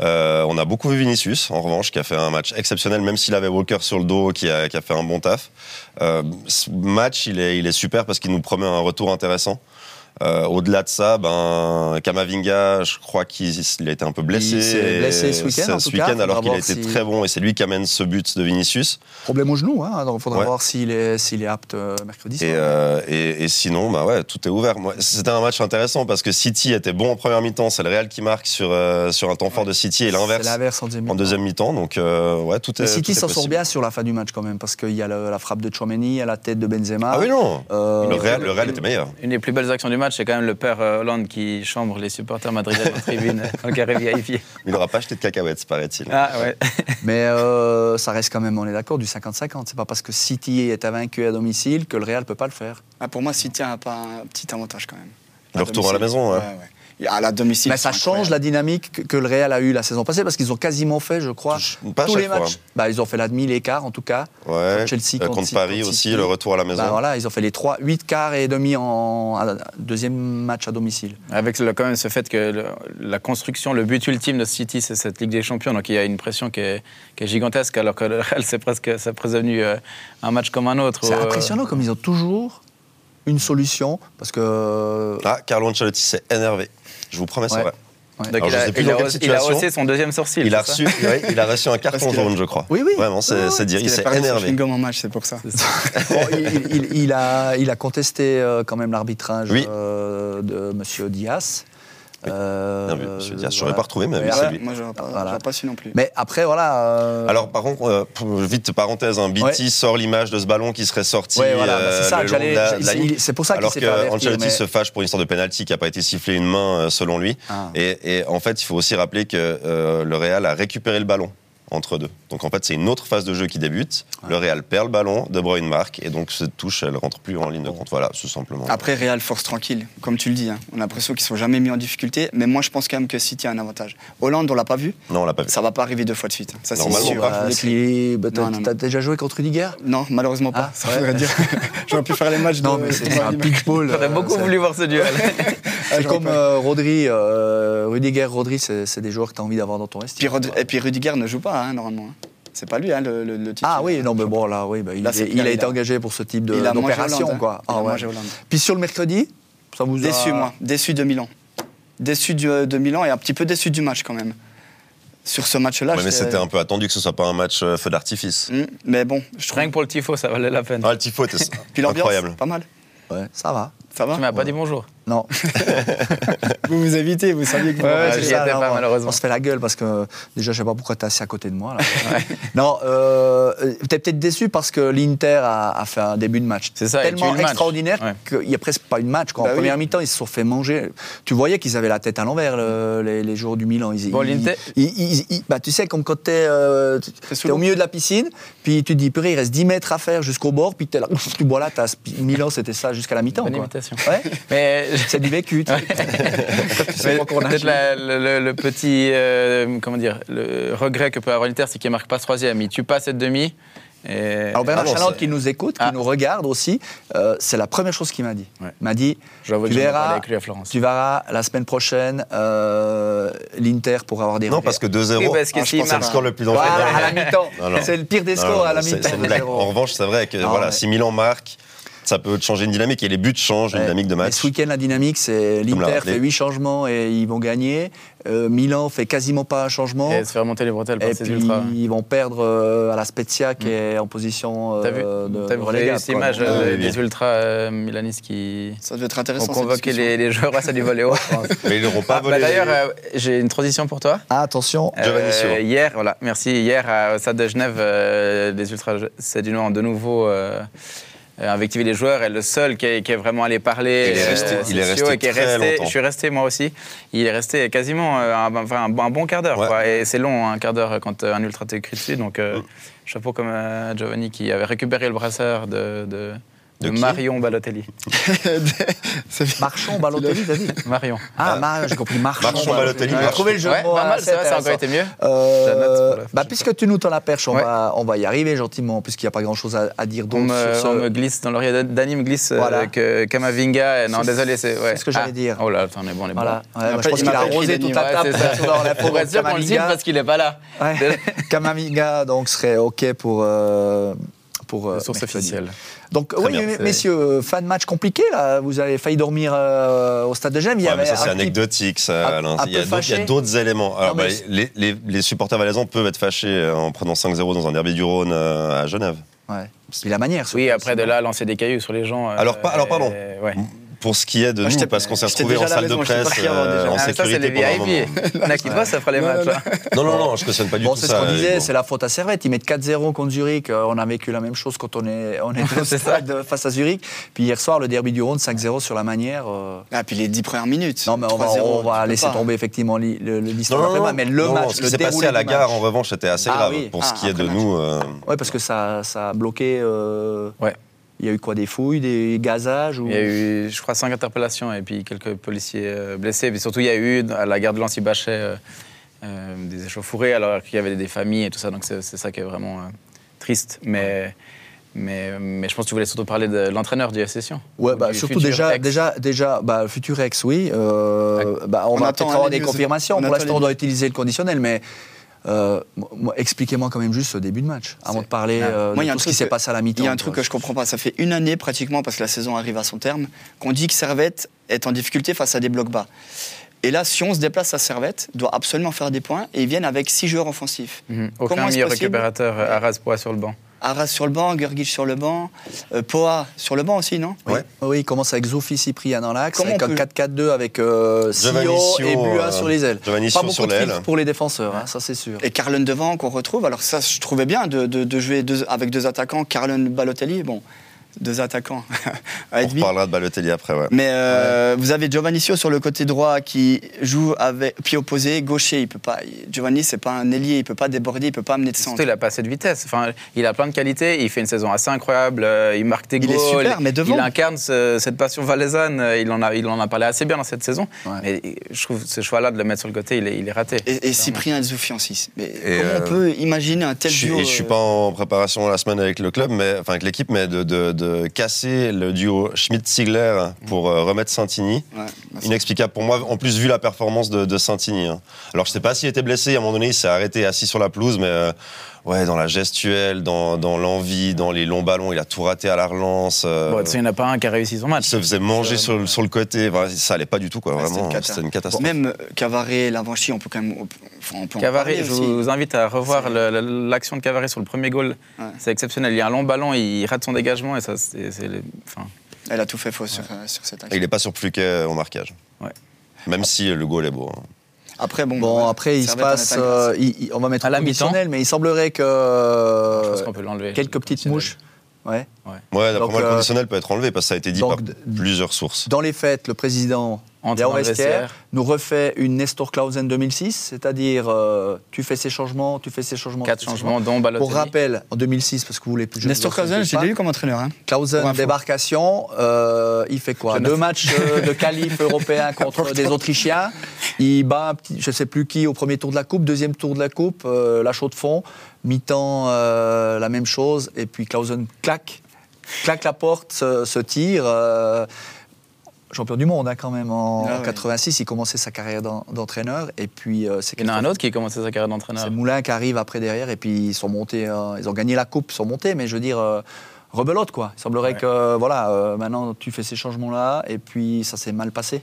Speaker 3: Euh, on a beaucoup vu Vinicius, en revanche, qui a fait un match exceptionnel, même s'il avait Walker sur le dos, qui a, qui a fait un bon taf. Euh, ce match, il est, il est super parce qu'il nous promet un retour intéressant. Euh, Au-delà de ça, ben, Kamavinga, je crois qu'il il a été un peu blessé.
Speaker 2: Il s'est
Speaker 3: et
Speaker 2: blessé ce week-end, en
Speaker 3: ce
Speaker 2: tout cas.
Speaker 3: week-end, alors
Speaker 2: Faudra
Speaker 3: qu'il a
Speaker 2: voir
Speaker 3: été
Speaker 2: si-
Speaker 3: très bon et c'est lui qui amène ce but de Vinicius.
Speaker 2: Problème au genou, hein, donc il faudra
Speaker 3: Ouais.
Speaker 2: voir s'il est, s'il est apte euh, mercredi soir.
Speaker 3: Et, euh, et- et sinon, bah ouais, tout est ouvert. Moi, C'était un match intéressant parce que City était bon en première mi-temps, c'est le Real qui marque sur, euh, sur un temps fort de City et
Speaker 2: C'est
Speaker 3: l'inverse
Speaker 2: l'inverse en deuxième.
Speaker 3: en
Speaker 2: mi-temps.
Speaker 3: deuxième mi-temps. Donc, euh, ouais, tout est.
Speaker 2: Mais City
Speaker 3: tout est
Speaker 2: s'en sort
Speaker 3: possible.
Speaker 2: bien sur la fin du match quand même, parce qu'il y a le- la frappe de Chouameni, il y a la tête de Benzema.
Speaker 3: Ah oui, non
Speaker 2: Euh,
Speaker 3: le, Real, le Real était meilleur.
Speaker 4: Une des plus belles actions du match, c'est quand même le père euh, Hollande qui chambre les supporters madrilènes en tribune, en carré VIP.
Speaker 3: Il n'aura pas acheté de cacahuètes, paraît-il.
Speaker 4: Ah ouais.
Speaker 2: Mais euh, ça reste quand même, on est d'accord, du 50-50. C'est pas parce que City est invaincu à domicile que le Real peut pas le faire.
Speaker 5: Ah, pour moi, City a pas un petit avantage quand même.
Speaker 3: Le retour à la
Speaker 5: domicile.
Speaker 3: maison, hein. ouais.
Speaker 5: ouais. À la domicile.
Speaker 2: Mais Bah, ça
Speaker 5: c'est
Speaker 2: change
Speaker 5: incroyable.
Speaker 2: la dynamique que- que le Real a eue la saison passée, parce qu'ils ont quasiment fait, je crois,
Speaker 3: Touche- pas à
Speaker 2: tous les
Speaker 3: chaque fois. hein.
Speaker 2: matchs. Bah, ils ont fait la demi, les quarts en tout cas.
Speaker 3: Ouais.
Speaker 2: Contre Chelsea,
Speaker 3: Euh,
Speaker 2: contre
Speaker 3: contre
Speaker 2: City,
Speaker 3: Paris
Speaker 2: contre
Speaker 3: aussi,
Speaker 2: City.
Speaker 3: le retour à la maison.
Speaker 2: Bah, voilà, ils ont fait les 3, 8 quarts et demi en à- deuxième match à domicile.
Speaker 4: Avec le- quand même ce fait que le- la construction, le but ultime de City, c'est cette Ligue des Champions. Donc il y a une pression qui est, qui est gigantesque, alors que le Real, c'est presque, c'est presque devenu euh, un match comme un autre.
Speaker 2: C'est
Speaker 4: Ou, euh,
Speaker 2: impressionnant comme ils ont toujours une solution, parce que euh,
Speaker 3: Ah, Carlo Ancelotti s'est énervé. Je vous promets, c'est
Speaker 2: Ouais.
Speaker 3: vrai.
Speaker 4: Donc
Speaker 3: Alors,
Speaker 4: il
Speaker 3: je
Speaker 4: a-
Speaker 3: sais plus
Speaker 4: il
Speaker 3: dans
Speaker 4: a
Speaker 3: quelle
Speaker 4: hauss- il a
Speaker 3: situation.
Speaker 4: haussé son deuxième sourcil.
Speaker 3: Il a,
Speaker 4: c'est ça
Speaker 3: reçu, ouais, il a reçu un carton
Speaker 5: Parce qu'il a-
Speaker 3: jaune, je crois.
Speaker 2: Oui, oui.
Speaker 3: Vraiment, c'est c'est dire, il
Speaker 5: Parce qu'il
Speaker 3: s'est
Speaker 5: a perdu son
Speaker 3: énervé.
Speaker 5: chewing-gum en match, c'est pour ça.
Speaker 2: Bon, il, il- il a, il a contesté euh, quand même l'arbitrage
Speaker 3: Oui.
Speaker 2: euh, de Monsieur Diaz. Euh,
Speaker 3: Bien vu, monsieur Diaz. Je l'aurais
Speaker 2: voilà.
Speaker 3: pas retrouvé, mais oui,
Speaker 2: Ouais,
Speaker 3: c'est
Speaker 2: ouais.
Speaker 3: lui.
Speaker 5: Moi, je vois pas,
Speaker 2: Voilà.
Speaker 5: je vois pas si non plus.
Speaker 2: Mais après, voilà. euh,
Speaker 3: Alors, par contre, euh, pour- vite parenthèse, un BT
Speaker 2: Ouais.
Speaker 3: sort l'image de ce ballon qui serait sorti.
Speaker 2: ouais, voilà, bah,
Speaker 3: euh,
Speaker 2: c'est ça
Speaker 3: le
Speaker 2: que
Speaker 3: long de
Speaker 2: j'allais.
Speaker 3: la-
Speaker 2: il-
Speaker 3: la ligne.
Speaker 2: il- C'est pour ça qu'il
Speaker 3: Alors
Speaker 2: s'est
Speaker 3: que
Speaker 2: fait avertir.
Speaker 3: Ancelotti
Speaker 2: mais-
Speaker 3: se fâche pour une histoire de penalty qui n'a pas été sifflé une main euh, selon lui.
Speaker 2: Ah.
Speaker 3: Et, et en fait, il faut aussi rappeler que euh, le Real a récupéré le ballon entre deux. Donc en fait, c'est une autre phase de jeu qui débute. Le Real perd le ballon, De Bruyne marque, et donc cette touche, elle rentre plus en ligne de compte. Voilà, tout simplement.
Speaker 2: Ah,
Speaker 5: Après, Real force tranquille, comme tu le dis. hein. On a l'impression qu'ils sont jamais mis en difficulté, mais moi, je pense quand même que City a un avantage. Hollande, on l'a pas vu,
Speaker 3: Non, on l'a pas vu.
Speaker 5: ça va pas arriver deux fois de suite. Ça, c'est
Speaker 3: Normalement
Speaker 5: sûr.
Speaker 3: pas.
Speaker 5: Je vous
Speaker 2: Euh,
Speaker 5: le crie.
Speaker 2: si- bah, t'as-
Speaker 5: Non, non,
Speaker 2: T'as
Speaker 5: non.
Speaker 2: déjà joué contre Rudiger
Speaker 5: Non, malheureusement pas.
Speaker 2: Ah,
Speaker 5: ça
Speaker 2: ouais.
Speaker 5: voudrait dire. J'aurais pu faire les matchs.
Speaker 2: Non,
Speaker 5: de-
Speaker 2: mais
Speaker 5: de
Speaker 2: c'est
Speaker 5: ma
Speaker 2: un
Speaker 5: vie.
Speaker 2: pitbull.
Speaker 4: J'aurais
Speaker 2: euh,
Speaker 4: beaucoup
Speaker 2: c'est-
Speaker 4: voulu voir ce duel.
Speaker 2: C'est
Speaker 5: j'aurais
Speaker 2: comme
Speaker 5: pas-
Speaker 2: euh, Rodri, euh, Rudiger, Rodri, c'est c'est des joueurs que tu as envie d'avoir dans ton
Speaker 5: Puis
Speaker 2: vestiaire.
Speaker 5: Rod- Et puis Rudiger ne joue pas, hein, normalement. hein. C'est pas lui, hein, le, le, le titulaire.
Speaker 2: Ah oui, non, mais bon, là, oui, bah, il,
Speaker 5: Là,
Speaker 2: est-
Speaker 5: c'est
Speaker 2: il
Speaker 5: clair,
Speaker 2: a
Speaker 5: il
Speaker 2: été
Speaker 5: a-
Speaker 2: engagé pour ce type de-
Speaker 5: il a mangé
Speaker 2: d'opération,
Speaker 5: Hollande, hein.
Speaker 2: quoi.
Speaker 5: Il a
Speaker 2: Ah, ouais.
Speaker 5: mangé Hollande.
Speaker 2: Puis sur le mercredi, ça vous a...
Speaker 5: Déçu, moi. Déçu de Milan. Déçu du- de Milan et un petit peu déçu du match, quand même. Sur ce match-là,
Speaker 3: Ouais, mais
Speaker 5: j'étais-
Speaker 3: c'était un peu attendu que ce soit pas un match euh, feu
Speaker 2: Mm.
Speaker 3: d'artifice.
Speaker 5: Hmm, mais bon, je trouve.
Speaker 4: Rien que pour le tifo, ça valait la peine.
Speaker 3: Ah, le tifo était
Speaker 5: Puis l'ambiance,
Speaker 3: incroyable.
Speaker 5: pas mal.
Speaker 2: Ouais, ça va.
Speaker 5: Ça va
Speaker 4: Tu m'as pas dit bonjour.
Speaker 2: Non.
Speaker 5: Vous vous invitez, vous saviez que vous
Speaker 4: Ouais,
Speaker 5: m'avez
Speaker 4: ouais,
Speaker 5: invité.
Speaker 4: j'y étais pas,
Speaker 2: on-
Speaker 4: malheureusement.
Speaker 2: On se fait la gueule parce que déjà, je sais pas pourquoi tu assis à côté de moi. Là. non, euh, tu es peut-être déçu parce que l'Inter a, a fait un début de match
Speaker 4: C'est ça, et tu
Speaker 2: tellement
Speaker 4: es le match.
Speaker 2: extraordinaire
Speaker 4: Ouais.
Speaker 2: qu'il n'y a presque pas eu de match. Quoi.
Speaker 5: Bah
Speaker 2: en
Speaker 5: oui.
Speaker 2: première mi-temps, ils se sont fait manger. Tu voyais qu'ils avaient la tête à l'envers le- les, les jours du Milan. Ils,
Speaker 4: Bon,
Speaker 2: ils-
Speaker 4: l'Inter-
Speaker 2: ils- ils- ils- bah, tu sais, comme quand tu es,
Speaker 5: sous
Speaker 2: au
Speaker 5: l'eau.
Speaker 2: milieu de la piscine, puis tu te dis, purée, il reste 10 mètres à faire jusqu'au bord, puis t'es là, ouf, tu bois la tasse. Puis Milan, c'était ça jusqu'à la mi-temps.
Speaker 4: Bonne
Speaker 2: quoi.
Speaker 4: imitation.
Speaker 2: Ouais.
Speaker 4: Mais
Speaker 2: C'est du vécu. tu sais.
Speaker 4: Mais
Speaker 2: pas qu'on a
Speaker 4: Peut-être
Speaker 2: joué.
Speaker 4: la- le, le- le petit euh, comment dire, le regret que peut avoir l'Inter, c'est qu'il ne marque pas ce troisième. Il tue pas cette demi. Et...
Speaker 2: Alors Bernard
Speaker 3: Ah bon,
Speaker 2: Chaland
Speaker 3: c'est-
Speaker 2: qui nous écoute, qui
Speaker 4: Ah.
Speaker 2: nous regarde aussi, euh, c'est la première chose qu'il m'a dit.
Speaker 4: Ouais.
Speaker 2: Il m'a dit,
Speaker 4: J'avoue
Speaker 2: tu
Speaker 4: que j'en ai parlé
Speaker 2: verras,
Speaker 4: avec lui à Florence.
Speaker 2: tu verras la semaine prochaine euh, l'Inter pour avoir des
Speaker 3: Non,
Speaker 2: regrets.
Speaker 3: parce que 2-0.
Speaker 4: Oui, parce que
Speaker 5: Ah, je
Speaker 4: s'il
Speaker 5: pense
Speaker 3: C'est le
Speaker 4: marque,
Speaker 3: score le plus dangereux.
Speaker 2: Voilà, à
Speaker 3: Non,
Speaker 2: la mi-temps,
Speaker 3: Non, non.
Speaker 2: c'est le pire des
Speaker 3: non,
Speaker 2: scores à la
Speaker 3: c'est-
Speaker 2: mi-temps.
Speaker 3: c'est une blague.
Speaker 2: 0.
Speaker 3: En revanche, c'est vrai que
Speaker 2: Non,
Speaker 3: voilà,
Speaker 2: mais-
Speaker 3: si Milan marque, ça peut changer une dynamique et les buts changent une
Speaker 2: Ouais.
Speaker 3: dynamique de
Speaker 2: Mais
Speaker 3: match.
Speaker 2: ce week-end, la dynamique, c'est
Speaker 3: me l'a
Speaker 2: l'Inter
Speaker 3: rappelé.
Speaker 2: fait 8 changements et ils vont gagner. Euh, Milan fait quasiment pas un changement.
Speaker 4: et se faire monter les bretelles par
Speaker 2: Et
Speaker 4: ses
Speaker 2: puis
Speaker 4: ultras.
Speaker 2: ils vont perdre euh, à la Spezia qui est en position euh,
Speaker 4: Mm. T'as vu,
Speaker 2: de,
Speaker 4: t'as
Speaker 2: de
Speaker 4: vu
Speaker 2: relégable,
Speaker 4: cette
Speaker 2: quoi.
Speaker 4: image
Speaker 2: Donc,
Speaker 4: euh,
Speaker 3: Ah Oui, oui,
Speaker 4: des
Speaker 3: oui.
Speaker 4: ultras euh, milanistes qui
Speaker 5: Ça devait être
Speaker 4: ont
Speaker 5: intéressant. cette
Speaker 4: convoqué
Speaker 5: discussion.
Speaker 4: les, les joueurs à ça du voléo.
Speaker 3: Mais ils n'auront pas
Speaker 4: Ah, bah,
Speaker 3: volé.
Speaker 4: D'ailleurs, euh, j'ai une transition pour toi.
Speaker 2: ah, attention,
Speaker 3: Giovanni Sio.
Speaker 4: Euh, Hier, voilà, merci. Hier, à- au Stade de Genève, euh, les Ultras Sédunois ont de nouveau euh, euh, invectivé les joueurs. Et le seul qui est, qui est vraiment allé parler,
Speaker 3: Il est resté- il est
Speaker 4: c'est
Speaker 3: resté
Speaker 4: Sio, et qui est
Speaker 3: très
Speaker 4: resté-
Speaker 3: longtemps.
Speaker 4: Je suis resté moi aussi. Il est resté quasiment euh, un, enfin, un bon- un bon quart d'heure.
Speaker 3: Ouais. Mm.
Speaker 4: quoi. Et c'est long, un quart d'heure, quand euh, un Ultra t'écrit dessus. Donc, euh, chapeau comme euh, Giovanni qui avait récupéré le brasseur de. de-
Speaker 3: De
Speaker 4: de
Speaker 3: qui
Speaker 4: Marion Balotelli.
Speaker 5: C'est-
Speaker 2: Marchand, Balotelli, t'as dit
Speaker 4: Marion.
Speaker 2: Ah, Mar- j'ai compris, Marchand.
Speaker 3: Marchand, Balotelli,
Speaker 2: On a
Speaker 3: Marchand.
Speaker 2: trouvé le jeu de
Speaker 4: Ouais,
Speaker 2: mots
Speaker 4: pas mal,
Speaker 2: assez
Speaker 4: hein, c'est vrai, ça a encore
Speaker 2: intéressant.
Speaker 4: été mieux.
Speaker 2: Euh,
Speaker 4: Je la note pour la
Speaker 2: bah,
Speaker 4: prochaine
Speaker 2: puisque tu nous tends la perche, on,
Speaker 4: Ouais.
Speaker 2: va, on va y arriver gentiment, puisqu'il n'y a pas grand-chose à, à dire
Speaker 4: On
Speaker 2: d'autre
Speaker 4: me,
Speaker 2: sur ce...
Speaker 4: on me glisse dans l'oreille d'Annie me glisse euh,
Speaker 2: Voilà.
Speaker 4: que Kamavinga. euh, Non,
Speaker 2: C'est-
Speaker 4: désolé, c'est ouais.
Speaker 2: c'est ce que j'allais dire.
Speaker 4: Oh là, attends, on est bon, on est bon.
Speaker 2: Voilà. Ouais, bah, je
Speaker 5: m'appelle-
Speaker 2: pense
Speaker 5: il
Speaker 2: qu'il a
Speaker 5: m'appelle
Speaker 2: arrosé
Speaker 5: Kylian
Speaker 2: toute la
Speaker 4: Ouais,
Speaker 2: table.
Speaker 4: c'est ça.
Speaker 2: dans la Euh,
Speaker 4: Pour être sûr qu'on le cite parce qu'il n'est pas là.
Speaker 2: Ouais. Kamavinga donc, serait OK pour... euh, pour euh,
Speaker 4: Source
Speaker 2: mercredi.
Speaker 4: officielle.
Speaker 2: Donc, oui,
Speaker 3: bien,
Speaker 2: mais-
Speaker 3: c'est-
Speaker 2: messieurs, fin de match compliqué, là. Vous avez failli dormir euh, au stade de Genève. il y
Speaker 3: Ouais,
Speaker 2: avait
Speaker 3: mais ça, c'est
Speaker 2: un petit-
Speaker 3: anecdotique, ça,
Speaker 2: un-
Speaker 3: Alain.
Speaker 2: un
Speaker 3: Il y a
Speaker 2: peu
Speaker 3: d'autres- il y a
Speaker 2: fâché.
Speaker 3: d'autres éléments. Alors,
Speaker 2: mais
Speaker 3: bah,
Speaker 2: c'est-
Speaker 3: les, les- les supporters valaisans peuvent être fâchés euh, en prenant 5-0 dans un derby du Rhône euh, à Genève.
Speaker 2: Ouais. Puis la manière. surtout,
Speaker 4: Oui, après de
Speaker 2: sinon.
Speaker 4: là, lancer des cailloux sur les gens. euh,
Speaker 3: Alors, pas- alors, pardon.
Speaker 4: euh, ouais.
Speaker 3: Pour ce qui est de
Speaker 5: Ah,
Speaker 3: nous,
Speaker 5: j'étais-
Speaker 3: parce qu'on s'est
Speaker 5: j'étais
Speaker 3: retrouvés en
Speaker 5: déjà à la
Speaker 3: salle de
Speaker 5: maison, je sais pas
Speaker 3: presse,
Speaker 5: qui avoir déjà.
Speaker 3: euh, en
Speaker 4: Ah, mais ça, c'est
Speaker 3: sécurité
Speaker 4: les
Speaker 3: pendant un moment.
Speaker 4: VIP. Il y en a qui bossent après les
Speaker 5: Non,
Speaker 4: matchs.
Speaker 5: non,
Speaker 4: hein.
Speaker 3: Non, non, non, je cautionne pas du
Speaker 2: Bon,
Speaker 3: tout
Speaker 2: c'est
Speaker 3: ça.
Speaker 2: ce qu'on
Speaker 3: euh,
Speaker 2: disait,
Speaker 3: bon.
Speaker 2: c'est la faute à Servette. Ils mettent 4-0 contre Zurich. Euh, On a vécu la même chose quand on est, on est au
Speaker 4: C'est
Speaker 2: stade euh, face à Zurich. Puis hier soir, le derby du Rhône, 5-0 sur la manière. euh,
Speaker 5: Ah, puis les 10 premières minutes.
Speaker 2: Non, mais on va,
Speaker 5: 3-0,
Speaker 2: on va
Speaker 5: tu peux
Speaker 2: laisser
Speaker 5: pas.
Speaker 2: tomber effectivement li- le- le-
Speaker 3: Non,
Speaker 2: l'histoire
Speaker 3: non,
Speaker 2: après
Speaker 3: non,
Speaker 2: mais le
Speaker 3: non,
Speaker 2: match,
Speaker 3: ce
Speaker 2: le
Speaker 3: qui s'est passé
Speaker 2: déroulé
Speaker 3: à la
Speaker 2: du
Speaker 3: gare,
Speaker 2: match.
Speaker 3: en revanche, c'était assez
Speaker 2: Ah,
Speaker 3: grave.
Speaker 2: oui.
Speaker 3: Pour ce
Speaker 5: Ah,
Speaker 3: qui est de
Speaker 5: après
Speaker 3: nous, euh,
Speaker 2: Oui, parce que ça, ça a bloqué. euh,
Speaker 4: Ouais.
Speaker 2: Il y a eu quoi Des fouilles, des gazages ou...
Speaker 4: Il y a eu, je crois, cinq interpellations et puis quelques policiers euh, blessés. Et puis surtout, il y a eu, à la gare de Lens, il bâchait euh, euh, des échauffourées alors qu'il y avait des familles et tout ça. Donc c'est c'est ça qui est vraiment euh, triste. Mais, mais, mais je pense que tu voulais surtout parler de l'entraîneur du FC Sion.
Speaker 2: Ouais,
Speaker 4: Ou
Speaker 2: bah,
Speaker 4: du
Speaker 2: surtout
Speaker 4: futur
Speaker 2: déjà,
Speaker 4: ex.
Speaker 2: déjà, déjà, bah, futur ex, oui. euh, bah, on,
Speaker 5: On
Speaker 2: va
Speaker 5: attend
Speaker 2: peut-être avoir
Speaker 5: les
Speaker 2: des
Speaker 5: news.
Speaker 2: confirmations.
Speaker 5: On
Speaker 2: Pour
Speaker 5: attend
Speaker 2: l'instant, on
Speaker 5: les
Speaker 2: doit utiliser le conditionnel, mais euh, moi, expliquez-moi quand même juste ce début de match, avant de parler
Speaker 4: Ah.
Speaker 2: euh,
Speaker 5: Moi, il y
Speaker 2: de
Speaker 5: a un
Speaker 2: tout ce
Speaker 5: truc
Speaker 2: qui s'est
Speaker 5: que-
Speaker 2: passé à la mi-temps.
Speaker 5: Il y a un truc que je comprends pas. Ça fait une année pratiquement, parce que la saison arrive à son terme, qu'on dit que Servette est en difficulté face à des blocs bas. Et là, si on se déplace à Servette, doit absolument faire des points et ils viennent avec six joueurs offensifs.
Speaker 4: Mhm.
Speaker 5: Comment
Speaker 4: Aucun
Speaker 5: est-ce
Speaker 4: meilleur
Speaker 5: possible
Speaker 4: récupérateur euh, à Raspois sur le banc.
Speaker 5: Arras sur le banc, Gergic sur le banc, euh, Poa sur le banc aussi, non
Speaker 3: Ouais.
Speaker 2: Oui, il commence avec Zoufi Cyprien dans l'axe,
Speaker 5: Comment
Speaker 2: avec
Speaker 5: on
Speaker 2: un
Speaker 5: peut-
Speaker 2: 4-4-2 avec euh, Sio
Speaker 3: Giovanni Sio,
Speaker 2: et Bua
Speaker 3: euh,
Speaker 2: sur les ailes.
Speaker 3: Giovanni
Speaker 2: Pas
Speaker 3: Sio
Speaker 2: beaucoup
Speaker 3: sur
Speaker 2: de
Speaker 3: les
Speaker 2: filtres
Speaker 3: ailes.
Speaker 2: pour les défenseurs, hein, ça c'est sûr.
Speaker 5: Et Carlon devant qu'on retrouve. Alors ça, je trouvais bien de, de- de jouer deux- avec deux attaquants, Carlon Balotelli, bon, deux attaquants
Speaker 3: On
Speaker 5: à Edby.
Speaker 3: reparlera de Balotelli après, ouais.
Speaker 5: Mais euh, vous avez Giovanni Sio sur le côté droit qui joue avec pied opposé, gaucher. Il peut pas. Giovanni, c'est pas un ailier. Il peut pas déborder. Il peut pas amener de centre.
Speaker 4: Surtout, il a pas assez de vitesse. Enfin, il a plein de qualités. Il fait une saison assez incroyable. euh, Il marque des
Speaker 5: Il
Speaker 4: goals.
Speaker 5: est super, mais devant.
Speaker 4: Il incarne ce- cette passion valaisanne. euh, Il en a, il en a parlé assez bien dans cette saison.
Speaker 2: Ouais.
Speaker 4: Mais euh, je trouve ce choix-là de le mettre sur le côté, il est, il est raté.
Speaker 5: Et, et
Speaker 4: Clairement.
Speaker 5: Cyprien Zoufi en 6. Mais comment
Speaker 3: euh,
Speaker 5: on peut imaginer un tel
Speaker 3: Je suis,
Speaker 5: duo
Speaker 3: et je suis
Speaker 5: euh,
Speaker 3: pas en préparation la semaine avec le club, mais enfin avec l'équipe, mais de, de- de casser le duo Schmidt-Sigler pour euh, remettre Santini.
Speaker 5: Ouais, bah, c'est-
Speaker 3: Inexplicable pour moi, en plus vu la performance de, de Santini. hein. Alors je sais pas s'il était blessé, à un moment donné il s'est arrêté assis sur la pelouse, mais euh, ouais, dans la gestuelle, dans, dans l'envie, dans les longs ballons, il a tout raté à la relance. euh,
Speaker 4: Bon, de toute façon, il n'y en a pas un qui a réussi son
Speaker 3: il
Speaker 4: match.
Speaker 3: se faisait manger sur, le- sur le côté, Enfin, ça allait pas du tout quoi,
Speaker 5: Ouais,
Speaker 3: vraiment, hein.
Speaker 5: c'était une cata.
Speaker 3: c'était une catastrophe.
Speaker 5: euh, Même euh, Cavaré, Lavanchi, on peut quand même. on peut- enfin, on peut en
Speaker 4: Cavani,
Speaker 5: parler
Speaker 4: je
Speaker 5: aussi.
Speaker 4: vous invite à revoir
Speaker 5: C'est-
Speaker 4: le- le- l'action de Cavani sur le premier goal.
Speaker 5: Ouais.
Speaker 4: C'est exceptionnel. Il y a un long ballon, il rate son dégagement et ça, c'est. c'est le- Enfin,
Speaker 5: Elle a tout fait faux sur, euh, sur cette
Speaker 3: Et
Speaker 5: action.
Speaker 3: il est pas sur Pluquet au marquage.
Speaker 4: Ouais.
Speaker 3: Même si euh, le goal est beau. hein.
Speaker 5: Après, bon.
Speaker 2: Bon,
Speaker 5: bah,
Speaker 2: après, il se
Speaker 5: Servette en
Speaker 2: passe.
Speaker 5: état de grâce.
Speaker 2: euh, il- il- on va mettre
Speaker 4: À
Speaker 2: au
Speaker 4: la
Speaker 2: conditionnel, mais il semblerait que. euh,
Speaker 4: je pense qu'on peut l'enlever.
Speaker 2: quelques petites mouches. Ouais.
Speaker 3: Ouais, d'après
Speaker 2: Donc,
Speaker 3: moi, le
Speaker 2: euh,
Speaker 3: conditionnel peut être enlevé parce que ça a été dit
Speaker 2: donc,
Speaker 3: par
Speaker 2: de-
Speaker 3: plusieurs sources.
Speaker 2: Dans les fêtes, le président
Speaker 4: Entre
Speaker 2: Léon
Speaker 4: dans le
Speaker 2: Vestiaire
Speaker 4: vestiaire.
Speaker 2: nous refait une Nestor Clausen 2006, c'est-à-dire euh, tu fais ces changements, tu fais ces changements.
Speaker 4: Quatre
Speaker 2: tu fais ces
Speaker 4: changements, dont Balotelli.
Speaker 2: Pour rappel, en 2006, parce que vous voulez plus.
Speaker 5: Nestor Clausen, j'ai lu comme entraîneur. hein.
Speaker 2: Clausen,
Speaker 5: Pour info.
Speaker 2: débarcation, euh, il fait quoi Deux matchs euh, de qualif européen contre des Autrichiens. Il bat, un petit, je ne sais plus qui, au premier tour de la Coupe, deuxième tour de la Coupe, euh, la chaux de fond, mi-temps, euh, la même chose. Et puis Clausen claque, claque la porte, se, se tire. euh, champion du monde hein, quand même en
Speaker 5: Ah ouais.
Speaker 2: 86, il commençait sa carrière d'en- d'entraîneur. Et puis euh, c'est
Speaker 4: Il y en a un
Speaker 2: 80
Speaker 4: autre qui a commencé sa carrière d'entraîneur.
Speaker 2: c'est Moulin qui arrive après derrière et puis ils sont montés, euh, ils ont gagné la coupe, ils sont montés, mais je veux dire, euh, rebelote quoi. Il semblerait que euh, voilà, euh, maintenant tu fais ces changements là et puis ça s'est mal passé.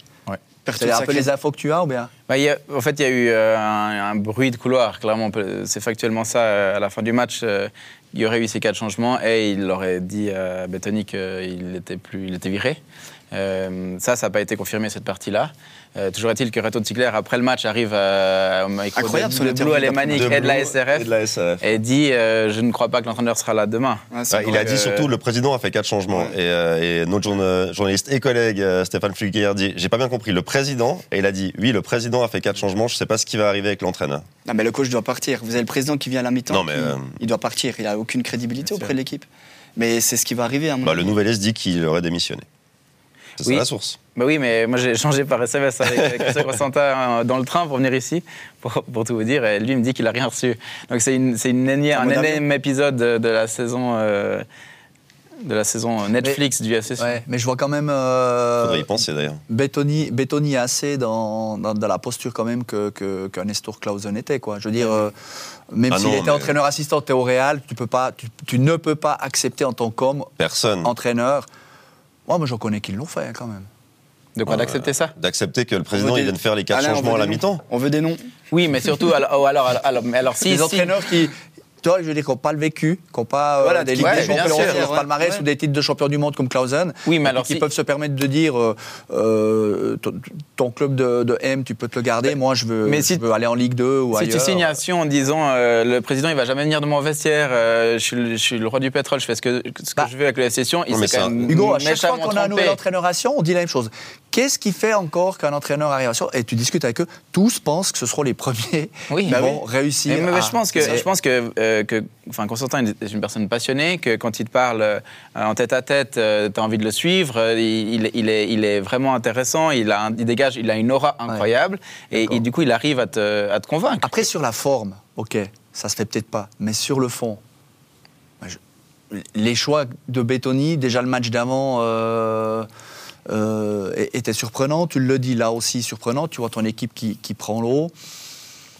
Speaker 5: Perd
Speaker 2: C'est
Speaker 5: toute
Speaker 2: un
Speaker 5: sa
Speaker 2: peu
Speaker 5: clé.
Speaker 2: les infos que tu as ou bien
Speaker 4: Bah, il y a- en fait, il y a eu euh, un, un bruit de couloir, clairement. on peut- C'est factuellement ça. euh, à la fin du match, euh, il y aurait eu ces quatre changements et il aurait dit à Bettoni qu'il était, plus- il était viré. Euh, ça, ça n'a pas été confirmé, cette partie-là. Euh, toujours est-il que Reto Tigler, après le match, arrive à, au micro
Speaker 5: Incroyable, son
Speaker 4: de, de Blue
Speaker 5: interview
Speaker 4: Alemanic
Speaker 3: De
Speaker 4: et de la
Speaker 3: Blue
Speaker 4: SRF
Speaker 3: et de la SRF.
Speaker 4: et dit euh, Je ne crois pas que l'entraîneur sera là demain.
Speaker 5: Ouais, c'est
Speaker 3: Ouais, il
Speaker 5: vrai.
Speaker 3: a dit surtout le président a fait quatre changements et, euh, et notre journa- journaliste et collègue euh, Stéphane Fluguer a dit j'ai pas bien compris le président et il a dit oui le président a fait quatre changements je sais pas ce qui va arriver avec l'entraîneur
Speaker 5: Non, mais le coach doit partir. Vous avez le président qui vient à la mi-temps.
Speaker 3: Non, mais,
Speaker 5: qui-
Speaker 3: euh,
Speaker 5: Il doit partir. Il a aucune crédibilité
Speaker 4: Bien
Speaker 5: auprès
Speaker 4: sûr.
Speaker 5: de l'équipe. Mais c'est ce qui va arriver à mon
Speaker 3: bah,
Speaker 5: avis.
Speaker 3: le nouvel S dit qu'il aurait démissionné c'est ça
Speaker 4: Oui.
Speaker 3: la source
Speaker 4: Bah oui, mais moi j'ai échangé par SMS avec Christophe Rosanta euh, dans le train pour venir ici, pour, pour tout vous dire, et lui il me dit qu'il a rien reçu. Donc c'est une, c'est une énième-
Speaker 5: Un
Speaker 4: un
Speaker 5: mode
Speaker 4: énième épisode de, de la saison, euh, de la saison euh, Netflix du FC.
Speaker 2: Ouais, mais je vois quand même euh,
Speaker 3: faudrait y penser d'ailleurs
Speaker 2: Bettoni, Bettoni est assez dans, dans, dans la posture quand même que, que, que Nestor Clausen était. Quoi. Je veux dire, euh, même
Speaker 3: Ah
Speaker 2: s'il
Speaker 3: non,
Speaker 2: était
Speaker 3: mais-
Speaker 2: entraîneur assistant, t'es au Real, tu, peux pas, tu, tu ne peux pas accepter en tant qu'homme,
Speaker 3: personne
Speaker 2: entraîneur. Moi, moi j'en connais qui l'ont fait hein, quand même.
Speaker 4: De quoi
Speaker 3: Ouais.
Speaker 4: d'accepter ça
Speaker 3: d'accepter que le président
Speaker 5: des-
Speaker 3: il vienne faire les quatre
Speaker 5: Alain, on
Speaker 3: changements
Speaker 5: veut
Speaker 3: à la
Speaker 5: des
Speaker 3: mi-temps
Speaker 5: noms. On veut des noms.
Speaker 4: Oui, mais surtout, alors, oh, alors, alors, alors, mais alors, si,
Speaker 2: les
Speaker 4: si.
Speaker 2: entraîneurs qui, tu vois, je veux dire, qui n'ont pas le vécu, qui n'ont pas euh,
Speaker 5: Voilà,
Speaker 2: des
Speaker 5: qui-
Speaker 2: ligues
Speaker 4: ouais,
Speaker 2: des champions,
Speaker 4: bien
Speaker 2: qui ont
Speaker 4: sûr,
Speaker 2: leur
Speaker 5: ouais,
Speaker 2: palmarès
Speaker 5: ouais.
Speaker 2: ou des titres de champion du monde comme Clausen,
Speaker 4: Oui, mais
Speaker 2: et
Speaker 4: alors
Speaker 2: qui
Speaker 4: si-
Speaker 2: peuvent se permettre de dire, euh, euh, ton, ton club de, de M, tu peux te le garder, moi je veux,
Speaker 4: mais
Speaker 2: je
Speaker 4: si-
Speaker 2: veux aller en Ligue 2 ou
Speaker 4: Si
Speaker 2: ailleurs.
Speaker 4: tu signes un Sion en disant euh, le président il va jamais venir de mon vestiaire, euh, je, suis le, je suis le roi du pétrole, je fais ce que, ce que
Speaker 2: Bah.
Speaker 4: je veux avec le FC Sion, il
Speaker 3: Non, mais
Speaker 4: s'est quand
Speaker 3: ça-
Speaker 4: même
Speaker 2: Hugo, à chaque fois
Speaker 4: méchamment
Speaker 2: qu'on a un nouvel
Speaker 4: trompé.
Speaker 2: entraîneur à Sion, on dit la même chose. Qu'est-ce qui fait encore qu'un entraîneur arrive à Sion Et tu discutes avec eux, tous pensent que ce seront les premiers
Speaker 4: Oui.
Speaker 2: qui
Speaker 4: Bah
Speaker 2: vont réussir.
Speaker 4: Mais- mais
Speaker 2: à-
Speaker 4: je pense que, je pense que, euh, que- enfin, Constantin est une personne passionnée, que quand il te parle euh, en tête à tête, tu as envie de le suivre. euh, il, il est, il est vraiment intéressant. Il, a un- il dégage, il a une aura incroyable. et
Speaker 2: D'accord.
Speaker 4: il- du coup, il arrive à te, à te convaincre.
Speaker 2: Après, sur la forme, ok, ça se fait peut-être pas, mais sur le fond, moi, je- les choix de Bettoni, déjà le match d'avant euh, euh, é- était surprenant, tu le dis là aussi surprenant, tu vois ton équipe qui, qui prend l'eau.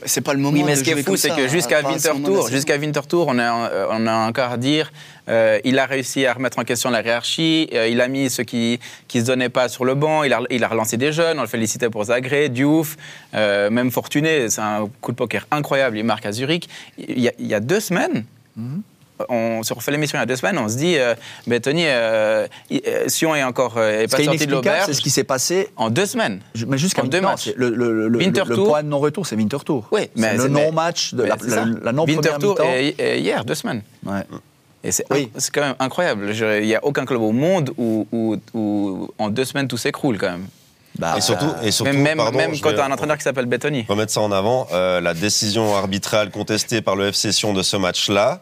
Speaker 5: c'est pas le moment
Speaker 4: Oui, mais
Speaker 5: de
Speaker 4: ce qui est
Speaker 5: jouer
Speaker 4: fou,
Speaker 5: comme
Speaker 4: c'est
Speaker 5: ça,
Speaker 4: que
Speaker 5: hein,
Speaker 4: jusqu'à
Speaker 5: pas à ce moment-là,
Speaker 4: Winterthur,
Speaker 5: c'est-
Speaker 4: jusqu'à Winterthur, on a, euh, on a encore à dire, euh, il a réussi à remettre en question la hiérarchie, euh, il a mis ceux qui qui se donnaient pas sur le banc, il a, il a relancé des jeunes, on le félicitait pour Zagré, Diouf, euh, même Fortuné, c'est un coup de poker incroyable, il marque à Zurich. Il y a, il y a deux semaines,
Speaker 5: Mhm.
Speaker 4: on se refait l'émission il y a deux semaines, on se dit, euh, ben Tony, euh, il- euh, Sion est encore euh, est
Speaker 2: Ce
Speaker 4: pas
Speaker 2: qui est
Speaker 4: sorti de
Speaker 2: inexplicable, c'est
Speaker 4: l'auberge
Speaker 2: ce qui s'est passé.
Speaker 4: en deux semaines.
Speaker 2: je- Mais jusqu'à
Speaker 4: En deux
Speaker 2: non,
Speaker 4: matchs.
Speaker 2: c'est Le, le, le- le-
Speaker 4: Winterthur.
Speaker 2: le point de non-retour, c'est Winterthur.
Speaker 4: Oui, mais
Speaker 2: C'est le
Speaker 4: c'est- mais-
Speaker 2: non-match, de la,
Speaker 4: Ben, c'est
Speaker 2: la,
Speaker 4: ça.
Speaker 2: la non-première
Speaker 4: Winterthur
Speaker 2: mi-temps.
Speaker 4: est- est hier, deux semaines.
Speaker 2: Ouais.
Speaker 4: Et c'est
Speaker 2: Oui.
Speaker 4: c'est quand même incroyable. Je- Il n'y a aucun club au monde où, où- où en deux semaines tout s'écroule quand même.
Speaker 2: Bah,
Speaker 3: Et surtout, et surtout
Speaker 4: même même,
Speaker 3: pardon,
Speaker 4: même
Speaker 3: je
Speaker 4: quand
Speaker 3: vais
Speaker 4: tu as un entraîneur qui s'appelle Bettoni.
Speaker 3: Remettre ça en avant, euh, la décision arbitrale contestée par le FC Sion de ce match-là,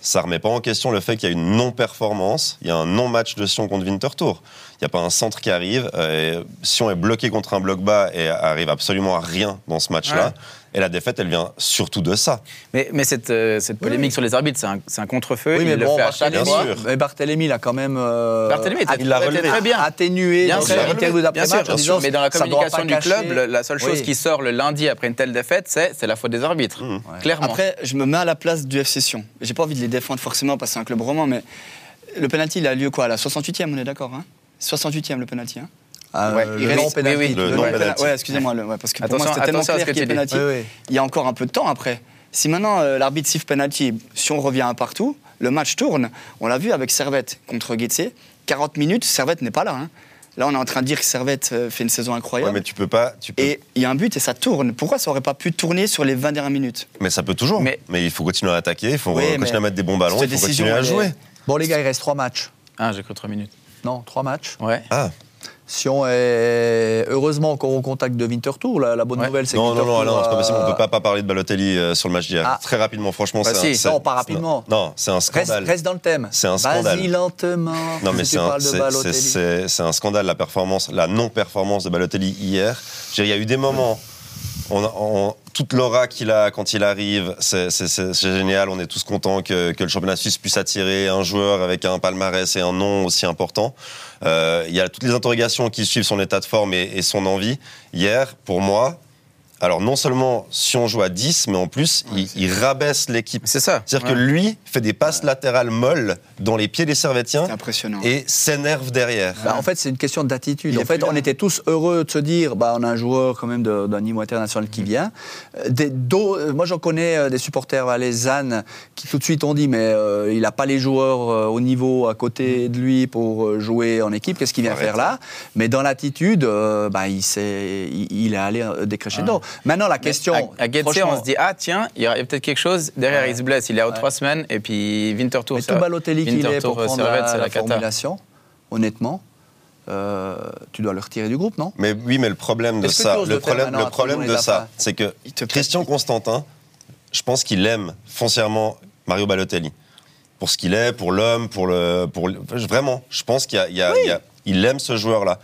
Speaker 3: ça remet pas en question le fait qu'il y a une non-performance, il y a un non-match de Sion contre Winterthur. Il n'y a pas un centre qui arrive. euh, et Sion est bloqué contre un bloc bas et arrive absolument à rien dans ce match-là.
Speaker 4: Ouais.
Speaker 3: Et la défaite, elle vient surtout de ça.
Speaker 4: Mais, mais cette, euh, cette polémique sur les arbitres, c'est un, c'est un contre-feu.
Speaker 2: Oui,
Speaker 4: il
Speaker 2: mais
Speaker 4: le
Speaker 2: bon,
Speaker 4: fait à chaque
Speaker 2: Barthélémy,
Speaker 4: fois.
Speaker 3: fois.
Speaker 2: mais Barthélémy l'a quand même euh,
Speaker 4: Barthélemy était-
Speaker 2: il l'a
Speaker 4: était
Speaker 2: relevé.
Speaker 4: très bien.
Speaker 2: atténué
Speaker 4: Bien
Speaker 2: dans
Speaker 4: sûr,
Speaker 2: sa interview
Speaker 4: bien sûr,
Speaker 2: d'après-match en
Speaker 4: bien sûr.
Speaker 2: disant
Speaker 4: mais dans la
Speaker 2: ça doit pas
Speaker 4: communication du
Speaker 2: cacher-
Speaker 4: club, le- la seule chose
Speaker 2: Oui.
Speaker 4: qui sort le lundi après une telle défaite, c'est c'est la faute des arbitres. Clairement.
Speaker 5: Après, je me mets à la place du FC Sion. J'ai pas envie de les défendre forcément parce que c'est un club roman, mais le penalty, il a lieu quoi À la 68e, on est d'accord hein 68e le penalty. Hein
Speaker 2: Ah,
Speaker 5: Ouais,
Speaker 2: euh,
Speaker 5: il
Speaker 2: le
Speaker 5: reste-
Speaker 2: non pénalty,
Speaker 4: oui, oui,
Speaker 2: tu
Speaker 3: le
Speaker 2: veux
Speaker 5: Ouais,
Speaker 3: non
Speaker 2: dire.
Speaker 5: ouais,
Speaker 3: penalty.
Speaker 5: Ouais, excusez-moi. le- ouais, parce que pour
Speaker 4: Attention-
Speaker 5: moi, c'était tellement
Speaker 4: attention à ce
Speaker 5: clair
Speaker 4: que
Speaker 5: qu'il y a
Speaker 4: tu dis.
Speaker 5: penalty.
Speaker 2: Oui, oui.
Speaker 5: Il y a encore un peu de temps après. Si maintenant euh, l'arbitre siffle penalty, si on revient un partout, le match tourne. On l'a vu avec Servette contre Guetze. 40 minutes, Servette n'est pas là. hein. Là, on est en train de dire que Servette euh, fait une saison
Speaker 3: Ouais,
Speaker 5: incroyable.
Speaker 3: mais tu peux pas. Tu peux-
Speaker 5: Et il y a un but et ça tourne. Pourquoi ça aurait pas pu tourner sur les 20 dernières minutes
Speaker 3: mais ça peut toujours. Mais,
Speaker 4: Mais-
Speaker 3: il faut continuer à attaquer, il faut
Speaker 5: Oui,
Speaker 3: euh,
Speaker 5: mais
Speaker 3: continuer à mettre des bons ballons,
Speaker 5: cette
Speaker 3: il faut
Speaker 5: décision,
Speaker 3: continuer à
Speaker 5: elle est-
Speaker 3: jouer.
Speaker 2: Bon, les gars, il reste trois matchs.
Speaker 4: Ah, j'ai cru trois minutes.
Speaker 2: Non, trois matchs.
Speaker 4: Ouais.
Speaker 3: Ah,
Speaker 2: Sion est heureusement encore au contact de Winterthur. La, la bonne
Speaker 4: Ouais.
Speaker 2: nouvelle, c'est que
Speaker 3: non, non,
Speaker 2: Winterthur,
Speaker 3: non, Alain, c'est pas possible, on
Speaker 2: euh,
Speaker 3: peut pas, pas parler de Balotelli euh, sur le match d'hier.
Speaker 2: Ah.
Speaker 3: Très rapidement, franchement,
Speaker 4: Bah
Speaker 3: c'est un-
Speaker 4: si.
Speaker 3: c'est-
Speaker 2: Non, pas
Speaker 3: c'est un-
Speaker 2: rapidement.
Speaker 3: Non, c'est un
Speaker 2: Reste,
Speaker 3: scandale.
Speaker 2: reste dans le thème.
Speaker 3: C'est un scandale.
Speaker 2: Vas-y lentement.
Speaker 3: Non, mais
Speaker 2: Tu
Speaker 3: c'est un,
Speaker 2: parles de
Speaker 3: c'est- c'est-
Speaker 2: Balotelli.
Speaker 3: c'est- c'est un scandale, la performance, la non-performance de Balotelli hier. Je veux dire, Il y a eu des moments. On a- on- toute l'aura qu'il a quand il arrive, c'est c'est- c'est- c'est génial. On est tous contents que, que le championnat suisse puisse attirer un joueur avec un palmarès et un nom aussi important. Euh, il y a toutes les interrogations qui suivent son état de forme et, et son envie. Hier, pour moi, alors non seulement si on joue à 10, mais en plus, il, il rabaisse l'équipe.
Speaker 4: C'est ça.
Speaker 3: C'est-à-dire que lui fait des passes latérales molles dans les pieds des Servetiens
Speaker 5: C'est impressionnant.
Speaker 3: et s'énerve derrière.
Speaker 2: Bah, en fait, c'est une question d'attitude.
Speaker 5: Il
Speaker 2: En
Speaker 5: est
Speaker 2: fait,
Speaker 5: plus là.
Speaker 2: on était tous heureux de se dire, bah, on a un joueur quand même de- d'un niveau international
Speaker 4: Mm-hmm.
Speaker 2: qui vient. Euh, Des, d'au- euh, moi, j'en connais euh, des supporters valaisannes qui tout de suite ont dit, mais euh, il n'a pas les joueurs euh, au niveau à
Speaker 4: Mm-hmm.
Speaker 2: côté de lui pour euh, jouer en équipe. Qu'est-ce qu'il vient
Speaker 3: Arrête.
Speaker 2: faire là Mais dans l'attitude, euh, bah, il, s'est- il, il est allé euh, décrescendo. Maintenant, la question.
Speaker 4: À, à Getse, on
Speaker 2: franchement,
Speaker 4: se dit ah tiens, il y a, il y a peut-être quelque chose. Derrière, il se blesse, il est out trois semaines, et puis Winterthur.
Speaker 2: Mais
Speaker 4: oh, ça-
Speaker 2: tout Balotelli qu'il est
Speaker 4: Winterthur,
Speaker 2: pour prendre
Speaker 4: Servette,
Speaker 2: la,
Speaker 4: c'est
Speaker 2: la
Speaker 4: cata.
Speaker 2: formulation, honnêtement, euh, tu dois le retirer du groupe, non
Speaker 3: Mais oui, mais le problème de
Speaker 2: Est-ce que
Speaker 3: ça,
Speaker 2: tu oses
Speaker 3: le
Speaker 2: le faire
Speaker 3: problème,
Speaker 2: maintenant,
Speaker 3: le
Speaker 2: attends, on
Speaker 3: problème
Speaker 2: les
Speaker 3: de
Speaker 2: a
Speaker 3: ça,
Speaker 2: pas.
Speaker 3: c'est que
Speaker 5: Il te
Speaker 3: Christian Constantin, je pense qu'il aime foncièrement Mario Balotelli pour ce qu'il est, pour l'homme, pour le, pour le- vraiment. Je pense qu'il y a- il y a- il y a- il aime ce joueur-là.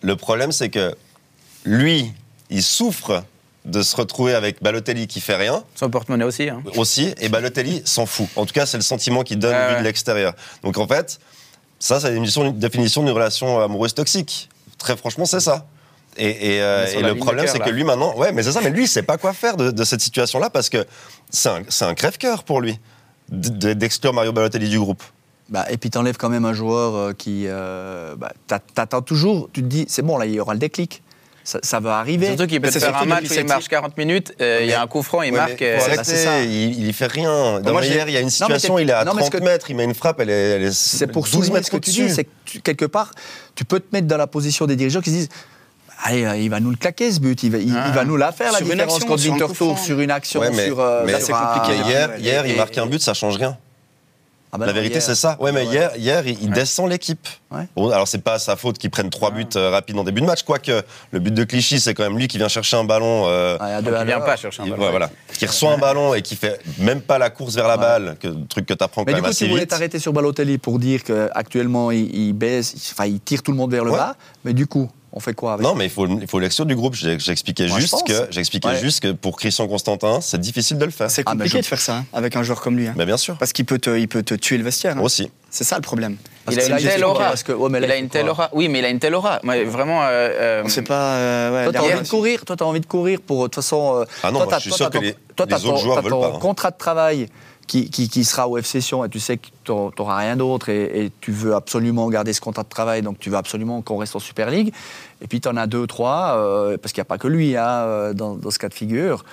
Speaker 3: Le problème, c'est que lui, il souffre de se retrouver avec Balotelli qui fait rien
Speaker 4: Son porte-monnaie aussi. hein.
Speaker 3: aussi, et Balotelli s'en fout. En tout cas, c'est le sentiment qu'il donne
Speaker 4: Ah
Speaker 3: vu
Speaker 4: ouais.
Speaker 3: de l'extérieur. Donc en fait, ça, c'est une définition- une définition d'une relation amoureuse toxique. Très franchement, c'est ça. Et, et, euh,
Speaker 4: On est sur
Speaker 3: et
Speaker 4: la
Speaker 3: le
Speaker 4: ligne
Speaker 3: problème,
Speaker 4: de cœur,
Speaker 3: c'est que
Speaker 4: là.
Speaker 3: lui maintenant, ouais, mais c'est ça, mais lui, il sait pas quoi faire de, de cette situation-là parce que c'est un, c'est un crève-cœur pour lui d- d- d'exclure Mario Balotelli du groupe.
Speaker 2: Bah, et puis t'enlèves quand même un joueur euh, qui. euh, bah, t'a- T'attends toujours, tu te dis, c'est bon, là, il y aura le déclic. Ça, ça va arriver.
Speaker 4: Surtout qu'il peut
Speaker 5: Mais
Speaker 4: te
Speaker 5: c'est
Speaker 4: faire un
Speaker 5: surtout
Speaker 4: match où il
Speaker 5: Miliceti.
Speaker 4: marche 40 minutes, euh, il y a un coup franc, il
Speaker 3: Ouais,
Speaker 4: marque.
Speaker 3: mais
Speaker 4: euh,
Speaker 3: faut
Speaker 2: c'est-
Speaker 3: arrêter,
Speaker 2: bah, c'est ça.
Speaker 3: il, il y fait rien. Dans
Speaker 2: moi, j'ai-
Speaker 3: hier, il y a une
Speaker 2: Non, mais
Speaker 3: situation,
Speaker 2: c'est-
Speaker 3: il est à
Speaker 2: non, mais ce
Speaker 3: 30
Speaker 2: que-
Speaker 3: mètres, il met une frappe, elle est, elle est
Speaker 2: C'est pour
Speaker 3: 12
Speaker 2: souligner
Speaker 3: mètres
Speaker 2: ce que tu dis,
Speaker 3: au-dessus.
Speaker 2: c'est que tu- quelque part, tu peux te mettre dans la position des dirigeants qui se disent. Allez, euh, il va nous le claquer ce but, il va, il,
Speaker 4: Ah.
Speaker 2: il va nous la faire la
Speaker 5: Sur une
Speaker 2: différence
Speaker 5: action,
Speaker 2: contre
Speaker 5: sur un coup
Speaker 2: Winterthur,
Speaker 5: franc.
Speaker 2: sur une action,
Speaker 3: Ouais, mais-
Speaker 2: sur. euh,
Speaker 3: mais-
Speaker 2: sur
Speaker 5: c'est
Speaker 2: un-
Speaker 5: compliqué,
Speaker 3: Mais
Speaker 5: Ah,
Speaker 3: hier,
Speaker 5: ouais,
Speaker 3: hier, il
Speaker 2: et-
Speaker 3: marque un but, ça change rien.
Speaker 2: Ah bah
Speaker 3: la
Speaker 2: non,
Speaker 3: vérité,
Speaker 2: hier-
Speaker 3: c'est ça. Ouais, mais
Speaker 2: Ouais.
Speaker 3: hier, hier, il il descend l'équipe.
Speaker 2: Ouais.
Speaker 3: Bon, alors, c'est pas sa faute qu'ils prennent trois buts euh, rapides en début de match, quoique le but de Clichy, c'est quand même lui qui vient chercher un ballon. euh,
Speaker 2: Ouais, à deux
Speaker 4: Donc,
Speaker 2: à
Speaker 4: il vient
Speaker 2: l'heure.
Speaker 4: pas chercher un
Speaker 3: il-
Speaker 4: ballon.
Speaker 3: ouais, voilà. Qui reçoit un ballon et qui fait même pas la course vers la balle, que, truc que t'apprends
Speaker 2: Mais
Speaker 3: quand
Speaker 2: du coup,
Speaker 3: même assez
Speaker 2: tu voulais
Speaker 3: vite.
Speaker 2: t'arrêter sur Balotelli pour dire qu'actuellement, il, il baisse, il- enfin, il tire tout le monde vers le
Speaker 3: Ouais.
Speaker 2: bas. Mais du coup, on fait quoi avec
Speaker 3: Non, mais il faut, il faut l'exclure du groupe. J'ai- J'expliquais
Speaker 2: Moi, je
Speaker 3: juste
Speaker 2: pense.
Speaker 3: que, j'expliquais
Speaker 2: Ouais.
Speaker 3: juste que pour Christian Constantin, c'est difficile de le faire.
Speaker 5: C'est
Speaker 2: Ah, mais
Speaker 5: compliqué
Speaker 2: je-
Speaker 5: de faire ça hein, avec un joueur comme lui. hein.
Speaker 3: Mais bien sûr.
Speaker 5: Parce qu'il peut, te- il peut te tuer le vestiaire. hein.
Speaker 3: Aussi.
Speaker 5: C'est ça le problème.
Speaker 2: Parce
Speaker 4: il a
Speaker 2: que là,
Speaker 4: une
Speaker 2: il
Speaker 4: telle
Speaker 2: faut qu'il
Speaker 4: aura.
Speaker 2: reste que- ouais, mais là,
Speaker 4: il a
Speaker 2: il faut
Speaker 4: une telle
Speaker 2: croire.
Speaker 4: aura. Oui, mais il a une telle aura. Moi, vraiment. euh, euh,
Speaker 5: On sait pas. euh,
Speaker 2: Toi,
Speaker 5: ouais,
Speaker 2: t'as
Speaker 5: derrière-
Speaker 2: envie de courir. Toi, t'as envie de courir pour. De toute façon. euh,
Speaker 3: Ah non,
Speaker 2: toi,
Speaker 3: moi,
Speaker 2: t'as-
Speaker 3: je suis
Speaker 2: toi,
Speaker 3: sûr
Speaker 2: t'as
Speaker 3: que
Speaker 2: ton-
Speaker 3: les-
Speaker 2: toi,
Speaker 3: les
Speaker 2: t'as
Speaker 3: autres
Speaker 2: ton-
Speaker 3: joueurs
Speaker 2: t'as
Speaker 3: veulent
Speaker 2: ton
Speaker 3: pas, hein.
Speaker 2: contrat de travail qui, qui, qui sera au FC Sion et tu sais que t'auras t'auras rien d'autre et, et tu veux absolument garder ce contrat de travail, donc tu veux absolument qu'on reste en Super League. Et puis, t'en as deux, trois, euh, parce qu'il n'y a pas que lui hein, euh, dans, dans ce cas de figure,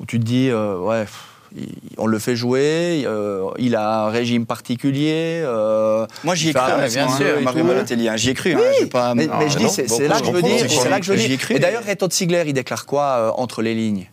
Speaker 2: où tu te dis, euh, ouais. pff, il- On le fait jouer, euh, il a un régime particulier. euh,
Speaker 5: Moi, j'y ai
Speaker 2: il fait
Speaker 5: cru,
Speaker 2: un
Speaker 4: mais
Speaker 5: bien
Speaker 4: bien
Speaker 2: maximum
Speaker 4: sûr,
Speaker 5: sûr,
Speaker 2: et
Speaker 5: Mario
Speaker 2: tout.
Speaker 5: Balotelli. hein, J'y ai cru. hein, je vais pas-
Speaker 2: Mais,
Speaker 5: Non,
Speaker 2: mais je dis,
Speaker 3: non,
Speaker 2: c'est
Speaker 3: bon,
Speaker 2: c'est là
Speaker 3: je
Speaker 2: que je veux
Speaker 3: comprends,
Speaker 2: dire.
Speaker 3: j'y
Speaker 2: C'est
Speaker 3: crois,
Speaker 2: là que je veux
Speaker 5: j'y ai
Speaker 2: dire. Et
Speaker 5: cru, mais-
Speaker 2: d'ailleurs, Reto Ziegler, il déclare quoi euh, entre les lignes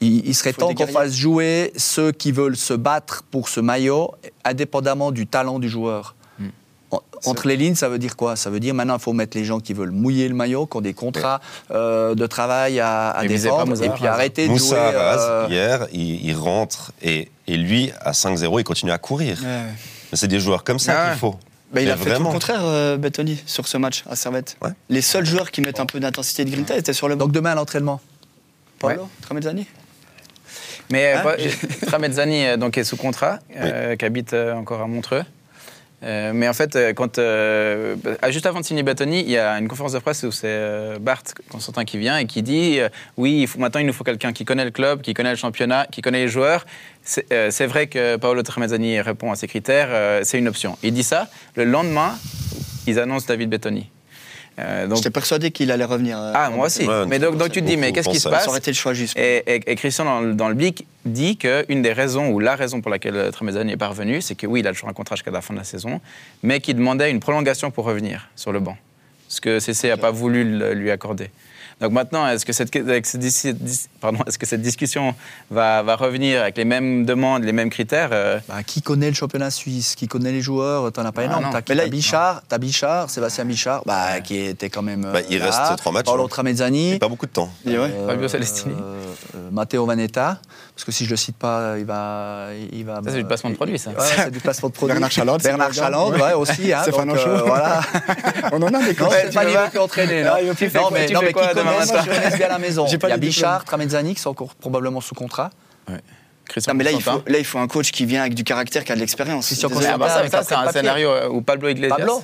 Speaker 2: il, il serait
Speaker 5: Faut
Speaker 2: temps
Speaker 5: des
Speaker 2: qu'on
Speaker 5: guerriers.
Speaker 2: fasse jouer ceux qui veulent se battre pour ce maillot, indépendamment du talent du joueur.
Speaker 5: Hmm.
Speaker 2: En- Entre les lignes, ça veut dire quoi Ça veut dire maintenant, il faut mettre les gens qui veulent mouiller le maillot, qui ont des contrats euh, de travail à, à
Speaker 4: Et visez pas
Speaker 2: défendre,
Speaker 4: Moussa
Speaker 2: et puis
Speaker 4: Arras.
Speaker 2: arrêter de jouer.
Speaker 3: Moussa Arras,
Speaker 2: euh,
Speaker 3: hier, il, il rentre et, et lui, à 5-0, il continue à courir.
Speaker 5: Ouais, ouais.
Speaker 3: Mais c'est des joueurs comme ça
Speaker 4: Ah ouais.
Speaker 3: qu'il faut.
Speaker 5: Bah, il
Speaker 3: Mais
Speaker 5: a fait tout
Speaker 3: vraiment.
Speaker 5: le contraire, euh, Bettoni, sur ce match à Servette.
Speaker 3: Ouais.
Speaker 5: Les seuls joueurs qui mettent un peu d'intensité et de grinta étaient sur le banc.
Speaker 2: Donc demain à l'entraînement.
Speaker 5: Paolo, Tramezzani
Speaker 4: Mais euh,
Speaker 5: Hein
Speaker 4: pas- Tramezzani euh, donc, est sous contrat, euh, qui habite euh, encore à Montreux. Euh, mais en fait, euh, quand, euh, bah, juste avant de signer Batoni, il y a une conférence de presse où c'est euh, Bart Constantin qui vient et qui dit euh, Oui, il faut, maintenant il nous faut quelqu'un qui connaît le club, qui connaît le championnat, qui connaît les joueurs. C'est euh, c'est vrai que Paolo Tramezzani répond à ces critères, euh, c'est une option. Il dit ça. Le lendemain, ils annoncent David Bettoni. Euh, donc,
Speaker 5: J'étais persuadé qu'il allait revenir. euh,
Speaker 4: ah, moi aussi.
Speaker 3: Ouais,
Speaker 4: mais donc, donc tu te dis Mais
Speaker 3: beaucoup
Speaker 4: qu'est-ce qui se
Speaker 3: pensent à
Speaker 4: passe
Speaker 5: Ça aurait été le choix juste.
Speaker 4: et, et- et Christian, dans, le- dans le BIC, dit qu'une des raisons, ou la raison pour laquelle euh, Tremezani est parvenu, c'est que oui, il a toujours un contrat jusqu'à la fin de la saison, mais qu'il demandait une prolongation pour revenir sur le banc. Ce que CC n'a pas voulu le- lui accorder. Donc maintenant, est-ce que cette, avec cette dis- dis- pardon, est-ce que cette discussion va, va revenir avec les mêmes demandes, les mêmes critères euh,
Speaker 2: Bah, qui connaît le championnat suisse Qui connaît les joueurs T'en as pas
Speaker 4: Ah,
Speaker 2: énorme.
Speaker 4: non.
Speaker 2: T'as qui
Speaker 4: Mais là,
Speaker 2: T'as Bichard, t'as Bichard, Sébastien Bichard, bah, qui était quand même. euh,
Speaker 3: Bah, il reste trois matchs,
Speaker 2: Paolo
Speaker 3: hein.
Speaker 2: Tramezzani.
Speaker 3: Et pas beaucoup de temps.
Speaker 5: Et ouais.
Speaker 2: euh,
Speaker 4: Fabio Celestini.
Speaker 2: euh, euh, Matteo Vanetta. Parce que si je le cite pas, il va. Il va
Speaker 4: Ça, c'est du placement de produit, ça.
Speaker 2: Ouais, c'est du placement de produit.
Speaker 5: Bernard Chalande, si
Speaker 2: Bernard
Speaker 5: tu regardes.
Speaker 2: Chaland, ouais, aussi. Hein,
Speaker 5: Stéphane
Speaker 2: donc, euh,
Speaker 5: Anchaud.
Speaker 2: voilà.
Speaker 5: On en a des
Speaker 2: Non,
Speaker 5: coachs.
Speaker 2: c'est pas
Speaker 4: tu
Speaker 2: les
Speaker 4: vas-
Speaker 2: mecs qui ont entraîné. Non,
Speaker 4: Ah, il fait
Speaker 2: non
Speaker 4: quoi-
Speaker 2: mais,
Speaker 4: tu
Speaker 2: non,
Speaker 4: fais
Speaker 2: mais qui
Speaker 4: quoi demain
Speaker 2: connaissent,
Speaker 4: matin
Speaker 2: qui connaissent bien la maison
Speaker 5: J'ai
Speaker 2: Il
Speaker 5: pas
Speaker 2: y a
Speaker 5: les diplômes.
Speaker 2: Bichard, Tramezzani qui sont encore probablement sous contrat.
Speaker 4: Christian
Speaker 5: Non, mais là il,
Speaker 4: Constantin
Speaker 5: faut, là, il faut un coach qui vient avec du caractère, qui a de l'expérience.
Speaker 2: Christian
Speaker 5: Désolé.
Speaker 4: Ah bah ça,
Speaker 2: Constantin,
Speaker 4: ça,
Speaker 2: avec
Speaker 4: c'est
Speaker 2: un
Speaker 4: un
Speaker 2: papier.
Speaker 4: scénario euh, où Pablo Iglesias.
Speaker 2: Pablo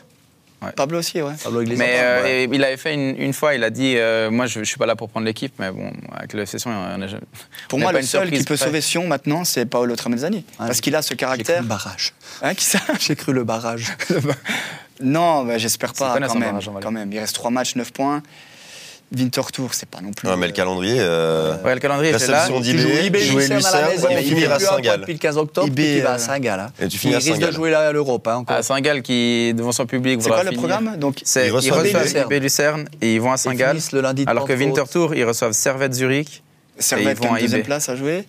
Speaker 5: hein. Pablo aussi, ouais.
Speaker 2: Pablo Iglesias.
Speaker 4: Mais euh,
Speaker 2: ouais.
Speaker 4: et- il avait fait une, une fois, il a dit euh, Moi, je ne suis pas là pour prendre l'équipe, mais bon, avec le session, on a jamais-
Speaker 5: Pour
Speaker 4: on n'a
Speaker 5: moi,
Speaker 4: pas
Speaker 5: le
Speaker 4: une
Speaker 5: seul
Speaker 4: surprise
Speaker 5: qui peut
Speaker 4: près.
Speaker 5: sauver Sion maintenant, c'est Paolo Tramezzani.
Speaker 2: Ah,
Speaker 5: parce
Speaker 2: j'ai-
Speaker 5: qu'il a ce
Speaker 2: J'ai cru
Speaker 5: caractère.
Speaker 2: le barrage.
Speaker 5: Hein, qui ça
Speaker 2: J'ai cru le barrage.
Speaker 5: Non, bah, j'espère pas.
Speaker 4: connaît
Speaker 5: Quand
Speaker 4: son
Speaker 5: même,
Speaker 4: barrage en Valais.
Speaker 5: quand même. Il reste 3 matchs, 9 points. Winter Tour, c'est pas non plus. euh,
Speaker 3: Non, mais le calendrier. euh,
Speaker 4: Ouais, le calendrier était là.
Speaker 3: Réception
Speaker 2: Tu joues IB,
Speaker 3: d'IB, jouer
Speaker 2: Lucerne à la
Speaker 3: Lucerne,
Speaker 2: maison,
Speaker 3: et
Speaker 2: tu fais
Speaker 3: finir à
Speaker 2: plus un point
Speaker 3: Saint-Gall.
Speaker 2: Depuis le 15 octobre,
Speaker 5: IB,
Speaker 2: puis tu vas
Speaker 5: euh,
Speaker 2: à Saint-Gall. hein.
Speaker 3: et tu
Speaker 2: Puis
Speaker 3: finis
Speaker 2: il
Speaker 3: à
Speaker 2: risque de
Speaker 3: Saint-Gall.
Speaker 2: jouer là à l'Europe hein, encore.
Speaker 4: À Saint-Gall, qui, devant son public,
Speaker 5: C'est
Speaker 4: voudra
Speaker 5: quoi le
Speaker 4: finir.
Speaker 5: programme Donc,
Speaker 4: C'est- Ils
Speaker 3: Ils reçoivent
Speaker 4: reçoivent
Speaker 2: Lucerne.
Speaker 4: IB Lucerne et ils vont à
Speaker 2: Ils
Speaker 4: Saint-Gall.
Speaker 2: finissent le lundi de
Speaker 4: Alors que
Speaker 2: Pentecôte.
Speaker 4: Winter Tour, ils reçoivent Servette Zurich.
Speaker 5: Servette,
Speaker 4: vont
Speaker 5: quand
Speaker 4: à
Speaker 5: même deuxième
Speaker 4: IB.
Speaker 5: place à jouer.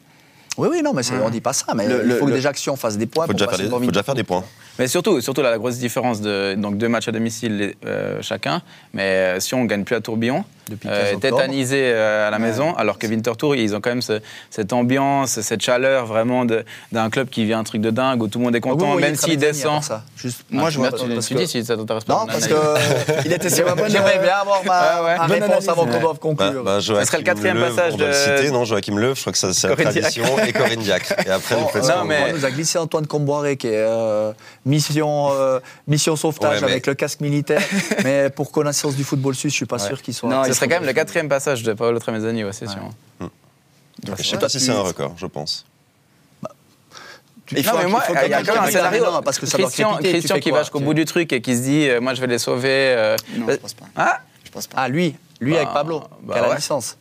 Speaker 2: Oui, oui, non, mais c'est- on dit pas ça. Mais
Speaker 5: Le-
Speaker 2: il faut
Speaker 5: le-
Speaker 2: que déjà Action fasse des points.
Speaker 3: Faut
Speaker 2: pour
Speaker 3: déjà, faire
Speaker 2: passer
Speaker 3: des,
Speaker 2: devant
Speaker 3: faut déjà faire des points.
Speaker 4: Mais surtout, surtout là, la grosse différence de donc deux matchs à domicile euh, chacun. Mais euh, si on gagne plus à Tourbillon,
Speaker 2: Depuis le 15
Speaker 4: euh,
Speaker 2: octobre.
Speaker 4: tétanisé euh, à la maison, alors que Winter Tour, ils ont quand même ce- cette ambiance, cette chaleur vraiment de- d'un club qui vient un truc de dingue où tout le monde est
Speaker 2: Ah oui,
Speaker 4: content,
Speaker 2: oui,
Speaker 4: même
Speaker 2: il travaille
Speaker 4: s'il
Speaker 2: bien
Speaker 4: descend.
Speaker 2: pour ça. Ah, Juste,
Speaker 5: Moi, je vois
Speaker 4: Merde,
Speaker 5: pas,
Speaker 4: tu-
Speaker 5: parce
Speaker 4: tu
Speaker 5: que-
Speaker 4: dis si ça t'intéresse pas.
Speaker 2: Non,
Speaker 4: mon
Speaker 2: parce
Speaker 4: analyse.
Speaker 2: que il était sur ma bonne. J'aimerais bien avoir ma,
Speaker 4: Ah ouais.
Speaker 2: ma
Speaker 4: Bonne
Speaker 2: réponse
Speaker 4: analyse.
Speaker 2: avant qu'on doive
Speaker 3: Bah,
Speaker 2: conclure.
Speaker 3: bah, Joachim
Speaker 4: serait le quatrième
Speaker 3: Löw,
Speaker 4: passage
Speaker 3: on doit le
Speaker 4: de-
Speaker 3: citer, non Joachim Löw, je crois que ça, c'est la
Speaker 4: Corinne Diacre.
Speaker 3: tradition, et Corinne Diacre. Et après, vous faites
Speaker 4: non,
Speaker 3: ce que vous
Speaker 2: on
Speaker 4: mais-
Speaker 3: voulez.
Speaker 2: nous a glissé Antoine Comboiré qui est euh, mission, euh, mission sauvetage
Speaker 3: Ouais, mais-
Speaker 2: avec le casque militaire. mais pour connaissance du football suisse, je suis pas sûr qu'il soit.
Speaker 5: Non,
Speaker 4: Ce
Speaker 5: il
Speaker 4: serait quand même le quatrième passage de Paolo Tramezzani, ouais, c'est sûr.
Speaker 3: Je sais pas si c'est un record, je pense.
Speaker 5: Il faut
Speaker 4: non, mais
Speaker 5: un-
Speaker 4: moi,
Speaker 5: il faut
Speaker 4: il y a
Speaker 5: quelqu'un
Speaker 4: quand même un
Speaker 5: qui-
Speaker 4: scénario.
Speaker 2: Non, parce que ça doit
Speaker 4: Christian,
Speaker 2: crépiter, tu
Speaker 4: Christian
Speaker 2: fais
Speaker 4: qui
Speaker 2: quoi
Speaker 4: va jusqu'au bout du truc et qui se dit euh, Moi, je vais les sauver. euh,
Speaker 5: Non, je pense pas.
Speaker 4: Ah
Speaker 5: Je pense pas.
Speaker 2: Ah lui, lui
Speaker 4: Bah,
Speaker 2: avec Pablo,
Speaker 4: bah
Speaker 2: qui a la
Speaker 4: ouais.
Speaker 2: licence.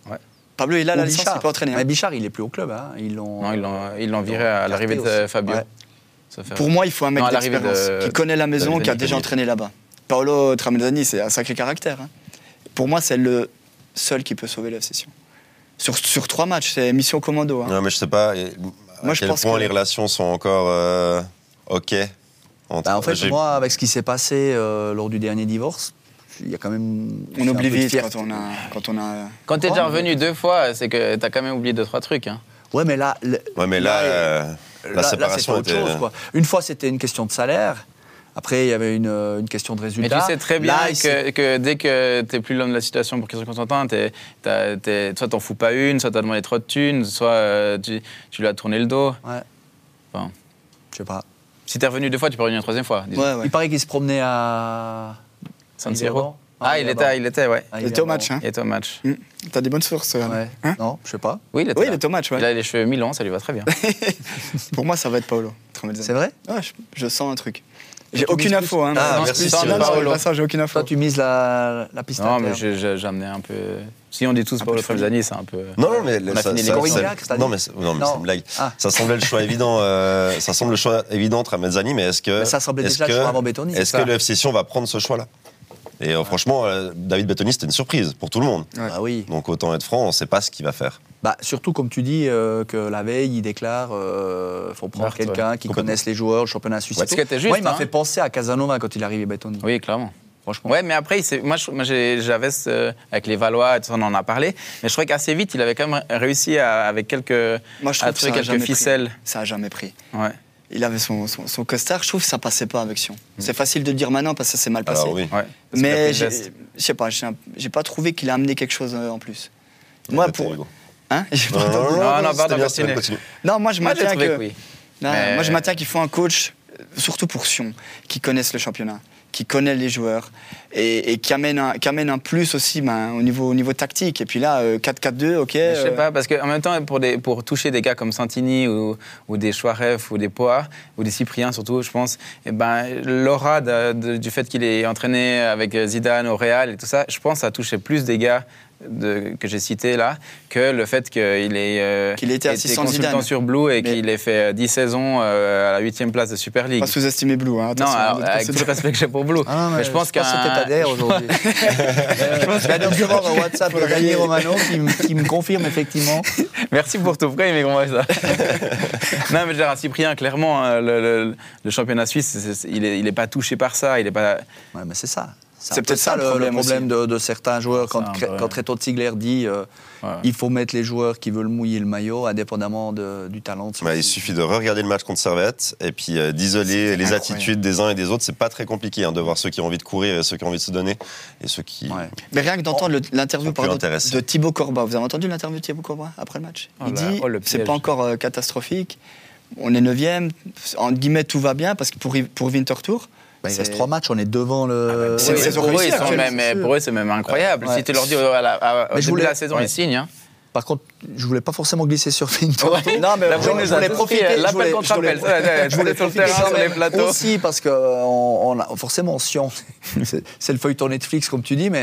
Speaker 5: Pablo, il a
Speaker 2: Ou
Speaker 5: la licence,
Speaker 2: Bichard.
Speaker 5: il peut entraîner. hein.
Speaker 2: Mais Bichard, il est plus au club. hein. Ils l'ont.
Speaker 4: Non, ils l'ont- ils l'ont viré à
Speaker 2: Carté
Speaker 4: l'arrivée de
Speaker 2: aussi.
Speaker 4: Fabio.
Speaker 2: Ouais.
Speaker 4: Ça fait-
Speaker 5: Pour moi, il faut un mec
Speaker 4: Non, à l'arrivée
Speaker 5: d'expérience
Speaker 4: de-
Speaker 5: qui connaît la maison,
Speaker 4: de
Speaker 5: qui a
Speaker 4: Zidane.
Speaker 5: déjà entraîné là-bas. Paolo Tramezzani, c'est un sacré caractère. hein. Pour moi, c'est le seul qui peut sauver la session. Sur, sur trois matchs, c'est mission commando. hein.
Speaker 3: Non, mais je sais pas et-
Speaker 5: Moi,
Speaker 3: à
Speaker 5: je
Speaker 3: quel
Speaker 5: pense
Speaker 3: point
Speaker 5: que-
Speaker 3: les relations sont encore euh, OK. entre-
Speaker 2: Bah, en fait,
Speaker 3: j'ai-
Speaker 2: moi, avec ce qui s'est passé euh, lors du dernier divorce, il y a quand même. j'ai un
Speaker 5: On
Speaker 2: peu
Speaker 5: oublie
Speaker 2: de
Speaker 5: vite
Speaker 2: fierté.
Speaker 5: quand on a. Quand on a...
Speaker 4: Quand t'es déjà revenu deux fois, c'est que t'as quand même oublié deux, trois trucs. hein.
Speaker 2: Ouais, mais là. le-
Speaker 3: Ouais, mais là,
Speaker 2: là,
Speaker 3: euh, la
Speaker 2: là, là,
Speaker 3: séparation
Speaker 2: c'était autre
Speaker 3: était-
Speaker 2: chose. Quoi. Une fois, c'était une question de salaire. Après, il y avait une, euh, une question de
Speaker 4: Mais
Speaker 2: résultat.
Speaker 4: tu sais très bien
Speaker 2: Là, il s'est-
Speaker 4: que, que dès que t'es plus l'homme de la situation pour Christian Constantin, t'es- t'as- t'es- soit t'en fous pas une, soit t'as demandé trop de thunes, soit euh, tu, tu lui as tourné le dos.
Speaker 2: Ouais.
Speaker 4: Enfin.
Speaker 2: Je sais pas.
Speaker 4: Si t'es revenu deux fois, tu peux revenir une troisième fois. disons.
Speaker 5: Ah, Ouais, ouais.
Speaker 2: Il paraît qu'il se promenait à.
Speaker 4: San Siro.
Speaker 2: avant.
Speaker 4: Ah, il était, il était, ouais.
Speaker 2: Ah,
Speaker 5: Il était au
Speaker 2: avant.
Speaker 5: match, hein
Speaker 4: Il était au match.
Speaker 5: Hmm. T'as des bonnes sources. euh,
Speaker 2: Ouais.
Speaker 5: hein
Speaker 2: non, je sais pas.
Speaker 4: Oui, il était.
Speaker 5: oui, il
Speaker 4: là.
Speaker 5: était au match, ouais.
Speaker 4: Il a les cheveux mi-longs, ça lui va très bien.
Speaker 5: Pour moi, ça va être Paolo. Tromelzane.
Speaker 2: C'est vrai
Speaker 5: Ouais, je, je sens un truc.
Speaker 2: tu
Speaker 5: J'ai
Speaker 2: mises
Speaker 5: aucune info. Hein,
Speaker 3: Ah,
Speaker 5: mais-
Speaker 3: merci,
Speaker 5: Non,
Speaker 3: Cyril.
Speaker 5: non, sur le
Speaker 4: Paolo.
Speaker 5: passage, j'ai aucune info.
Speaker 2: Toi, tu mises la, la piste
Speaker 4: non, mais
Speaker 2: interne.
Speaker 4: je- je- j'ai amené un peu. Si on dit tous
Speaker 5: Un
Speaker 4: Paolo
Speaker 5: peu Mm. de folie.
Speaker 4: Falzani, c'est un peu.
Speaker 3: Non, non, mais
Speaker 4: On a
Speaker 3: ça,
Speaker 4: fini les
Speaker 3: ça-
Speaker 4: Corinne
Speaker 3: ça-
Speaker 2: Gallagher, c'est-à-dire
Speaker 3: non, mais, c'est- non, mais
Speaker 2: Non.
Speaker 3: c'est une blague.
Speaker 2: Ah.
Speaker 3: Ça semblait le choix évident. euh, ça semble le choix évident entre Mezzani, mais est-ce que
Speaker 2: Mais ça semblait
Speaker 3: est-ce
Speaker 2: déjà le
Speaker 3: que-
Speaker 2: choix avant Bettoni, c'est
Speaker 3: Est-ce
Speaker 2: ça
Speaker 3: que le FC Sion va prendre ce choix-là Et euh, franchement, euh, David Bettoni, c'était une surprise pour tout le monde.
Speaker 5: Ouais.
Speaker 2: Bah oui.
Speaker 3: Donc autant être franc, on ne sait pas ce qu'il va faire.
Speaker 2: Bah, surtout, comme tu dis, euh, que la veille, il déclare euh, faut prendre
Speaker 4: Barthes, ouais.
Speaker 2: quelqu'un qui
Speaker 3: Complètement.
Speaker 2: connaisse les joueurs, le championnat suisse.
Speaker 4: Ouais.
Speaker 2: et tout.
Speaker 4: Parce que t'es juste,
Speaker 2: Moi, il m'a
Speaker 4: hein.
Speaker 2: fait penser à Casanova quand il arrive à Bettoni.
Speaker 4: Oui, clairement.
Speaker 2: Franchement.
Speaker 4: Ouais, mais après, il s'est- moi, je- moi, j'ai- j'avais ce- avec les Valois, et tout ça, on en a parlé, mais je trouvais qu'assez vite, il avait quand même réussi à, avec quelques,
Speaker 5: Moi, je
Speaker 4: à
Speaker 5: trouve que ça
Speaker 4: trouver
Speaker 5: a jamais
Speaker 4: quelques
Speaker 5: pris.
Speaker 4: ficelles.
Speaker 5: Ça a jamais pris.
Speaker 4: Ouais.
Speaker 5: Il avait son, son, son costard, je trouve que ça passait pas avec Sion. C'est facile de le dire maintenant parce que ça s'est mal
Speaker 2: Ah,
Speaker 5: passé.
Speaker 3: Alors oui.
Speaker 4: ouais.
Speaker 5: Mais j'ai-
Speaker 4: Mm. Parce que
Speaker 5: je sais pas, j'ai un- j'ai pas trouvé qu'il a amené quelque chose euh, en plus.
Speaker 3: Il
Speaker 5: Moi,
Speaker 3: a été
Speaker 5: pour.
Speaker 3: Hugo.
Speaker 5: Hein J'ai pas
Speaker 3: Non,
Speaker 5: entendu.
Speaker 3: non,
Speaker 4: Non, non,
Speaker 3: non,
Speaker 4: pardon,
Speaker 3: c'était bien, c'était bien,
Speaker 4: continue.
Speaker 3: continue.
Speaker 5: Non, moi je
Speaker 4: Moi, j'ai
Speaker 5: maintiens
Speaker 4: trouvé
Speaker 5: que. euh,
Speaker 4: que oui.
Speaker 5: Non,
Speaker 4: Mais-
Speaker 5: Moi je maintiens qu'il faut un coach, euh, surtout pour Sion, qui connaisse le championnat, qui connaît les joueurs et, et qui, amène un, qui amène un plus aussi ben, au, niveau, au niveau tactique. Et puis là, euh, 4-4-2, ok.
Speaker 4: Mais Je sais
Speaker 5: euh,
Speaker 4: pas, parce qu'en même temps, pour, des, pour toucher des gars comme Santini ou, ou des Chouaref ou des Poir, ou des Cypriens surtout, je pense, eh ben, l'aura de- de- du fait qu'il est entraîné avec euh, Zidane au Real et tout ça, je pense à toucher plus des gars de- que j'ai cités là que le fait qu'il ait euh,
Speaker 5: Qu'il ait été assistant de
Speaker 4: consultant
Speaker 5: Zidane.
Speaker 4: sur Blue et
Speaker 5: Mais-
Speaker 4: qu'il ait fait euh, 10 saisons euh, à la 8 place de Super League.
Speaker 5: Pas sous-estimer Blue, hein,
Speaker 4: Non,
Speaker 5: attention.
Speaker 4: alors,
Speaker 5: dites pas
Speaker 4: avec
Speaker 5: c'est-
Speaker 4: tout le respect que j'ai pour Blue.
Speaker 2: Ah,
Speaker 4: mais
Speaker 2: mais
Speaker 4: je pense
Speaker 2: que
Speaker 4: qu'un-
Speaker 2: c'était Adair aujourd'hui. Je vais donc voir un WhatsApp de Daniel Romano qui, me- qui me confirme effectivement.
Speaker 4: Merci pour tout. Pourquoi il m'égrandit ça Non, mais je veux dire, à Cyprien, clairement, hein, le, le- le championnat suisse, c'est- c'est- il n'est il est pas touché par ça. Il est pas...
Speaker 5: Euh,
Speaker 2: Ouais, mais c'est ça.
Speaker 5: C'est
Speaker 2: un peu
Speaker 5: peut-être ça, le problème
Speaker 2: de, de certains joueurs. Quand,
Speaker 4: un
Speaker 2: Cre-
Speaker 4: peu, ouais.
Speaker 2: quand Reto Ziegler dit euh,
Speaker 4: Ouais.
Speaker 2: il faut mettre les joueurs qui veulent mouiller le maillot, indépendamment de- du talent. de
Speaker 3: Ouais, il
Speaker 2: celui-ci.
Speaker 3: suffit de regarder le match contre Servette et puis euh, d'isoler les
Speaker 5: incroyable.
Speaker 3: attitudes des uns et des autres. C'est pas très compliqué hein, de voir ceux qui ont envie de courir et ceux qui ont envie de se donner et ceux qui.
Speaker 2: Ouais.
Speaker 5: Mais rien que d'entendre le- l'interview
Speaker 3: Plus
Speaker 5: pardon,
Speaker 3: intéressant.
Speaker 5: de Thibaut Corba, vous avez entendu l'interview de Thibaut Corba après le match
Speaker 4: Oh
Speaker 5: Il
Speaker 4: là,
Speaker 5: dit
Speaker 4: oh, le
Speaker 5: c'est
Speaker 4: piège.
Speaker 5: pas encore euh, catastrophique, on est 9 entre guillemets tout va bien parce que pour, pour Winter Tour,
Speaker 2: Bah, il
Speaker 5: c'est-
Speaker 2: reste trois matchs, on est devant le.
Speaker 5: c'est une
Speaker 4: Oui,
Speaker 5: saison
Speaker 4: pour, eux,
Speaker 5: réussie,
Speaker 4: ils sont
Speaker 5: actuellement,
Speaker 4: même-
Speaker 5: c'est sûr.
Speaker 4: pour eux, c'est même incroyable.
Speaker 2: Ouais.
Speaker 4: Si tu leur dis euh, à la, à- au
Speaker 2: Mais je
Speaker 4: début
Speaker 2: voulais-
Speaker 4: de la saison,
Speaker 2: ouais.
Speaker 4: ils signent. hein.
Speaker 2: Par contre, je voulais pas forcément glisser sur Finto.
Speaker 5: Non, mais
Speaker 4: La
Speaker 5: Euh, je-
Speaker 4: Brune
Speaker 5: je
Speaker 4: nous a
Speaker 5: voulais
Speaker 4: tous
Speaker 5: profiter,
Speaker 4: fait
Speaker 5: je
Speaker 4: L'appel
Speaker 5: voulais-
Speaker 4: contre
Speaker 5: je voulais-
Speaker 4: appel. Ouais, ouais, Je voulais sur le terrain, sur les plateaux.
Speaker 2: Aussi, parce que euh, on, on a, forcément, Sion, c'est c'est le feuilleton Netflix, comme tu dis, mais euh,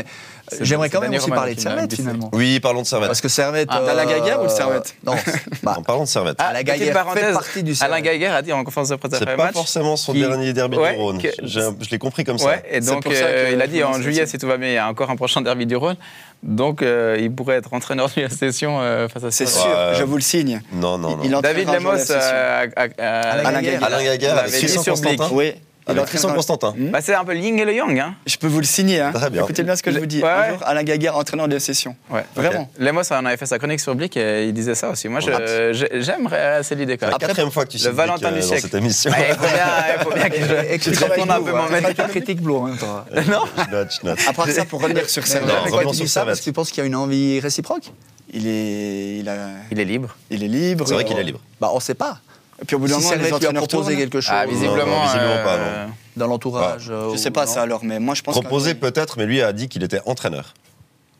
Speaker 4: C'est-
Speaker 2: j'aimerais
Speaker 4: c'est
Speaker 2: quand même
Speaker 4: Daniel
Speaker 2: aussi
Speaker 4: Romano
Speaker 2: parler de
Speaker 4: qui m'a
Speaker 2: Servette,
Speaker 4: glissé.
Speaker 2: finalement.
Speaker 3: Oui, parlons de Servette.
Speaker 2: Parce que Servette. euh,
Speaker 5: Ah, t'as la Gaguerre ou le Servette
Speaker 2: Non, bah,
Speaker 3: En parlant de Servette,
Speaker 2: Ah, la
Speaker 4: petite
Speaker 2: Gaguerre fait
Speaker 4: parenthèse,
Speaker 2: partie du
Speaker 4: Alain
Speaker 2: Servette.
Speaker 4: Gaguerre a dit en conférence de presse
Speaker 3: c'est
Speaker 4: après
Speaker 3: pas
Speaker 4: le match.
Speaker 3: forcément son
Speaker 4: qui-
Speaker 3: dernier derby
Speaker 4: Ouais,
Speaker 3: du Rhône.
Speaker 4: que-
Speaker 3: J'ai un- Je l'ai compris comme
Speaker 4: Ouais,
Speaker 3: ça.
Speaker 4: et
Speaker 5: C'est
Speaker 4: donc
Speaker 5: pour ça que
Speaker 4: euh, il a
Speaker 5: je
Speaker 4: dit en
Speaker 5: commence
Speaker 4: juillet,
Speaker 5: aussi.
Speaker 4: si tout va bien, il y a encore un prochain derby du Rhône. Donc euh, il pourrait être entraîneur de la session euh, face à
Speaker 5: C'est
Speaker 4: Servette.
Speaker 5: sûr,
Speaker 3: Ouais.
Speaker 5: je vous le signe.
Speaker 3: Non, non, non.
Speaker 5: Il en-
Speaker 4: David
Speaker 5: Entraîneur
Speaker 4: Lemos
Speaker 5: de la
Speaker 4: euh, à- à- à-
Speaker 5: Alain Gaguerre.
Speaker 3: Alain Gaguerre
Speaker 4: l'avait
Speaker 3: avec
Speaker 4: dit
Speaker 3: Christian
Speaker 4: sur Blick.
Speaker 2: Hein
Speaker 3: Constantin.
Speaker 5: Oui,
Speaker 3: Avec Christian
Speaker 5: entraînera-
Speaker 3: Constantin.
Speaker 5: Hmm
Speaker 4: Bah, c'est un peu le yin et le yang. Hein.
Speaker 5: Je peux vous le signer. hein.
Speaker 3: Très bien.
Speaker 5: Écoutez bien ce que je
Speaker 4: Le-
Speaker 5: vous dis.
Speaker 4: ouais,
Speaker 5: Un
Speaker 4: ouais.
Speaker 5: jour, Alain Gaguerre, entraîneur de la session.
Speaker 4: Ouais.
Speaker 5: Vraiment.
Speaker 4: Lemos en avait fait sa chronique sur Blick et il disait ça aussi. Moi, je-
Speaker 3: Ah.
Speaker 4: je- j'aimerais assez l'idée quand
Speaker 3: C'est
Speaker 4: même.
Speaker 3: la quatrième fois que tu
Speaker 4: le
Speaker 3: cites Dick,
Speaker 4: Valentin
Speaker 3: euh,
Speaker 4: du
Speaker 3: dans
Speaker 4: siècle.
Speaker 3: cette émission.
Speaker 4: Ouais, il faut bien, il faut bien que je,
Speaker 2: Et que
Speaker 4: que je réponde un peu mon
Speaker 3: hein?
Speaker 2: Pas
Speaker 4: maître.
Speaker 2: de critique hein, Blue en même temps.
Speaker 4: Non
Speaker 3: Notch, notch.
Speaker 5: À part ça, pour revenir sur
Speaker 2: Mais
Speaker 5: Servette,
Speaker 2: pourquoi
Speaker 3: revenons
Speaker 2: tu
Speaker 3: sur
Speaker 2: dis ça
Speaker 3: Servette.
Speaker 2: Parce que tu penses qu'il y a une envie réciproque
Speaker 5: il est, il, a-
Speaker 4: Il est libre.
Speaker 5: il est libre.
Speaker 3: C'est vrai qu'il est libre.
Speaker 2: Bah, on sait pas.
Speaker 5: Et puis au bout
Speaker 2: Si
Speaker 5: d'un moment, les
Speaker 2: Servette lui a
Speaker 5: entraîneurs
Speaker 2: proposé
Speaker 5: tournent.
Speaker 2: quelque chose
Speaker 4: Ah, visiblement.
Speaker 3: non, visiblement pas, non.
Speaker 2: dans l'entourage. euh,
Speaker 5: Je sais
Speaker 2: ou
Speaker 5: pas
Speaker 2: non.
Speaker 5: ça alors, mais moi je pense que-
Speaker 3: Proposé peut-être, mais lui a dit qu'il était entraîneur.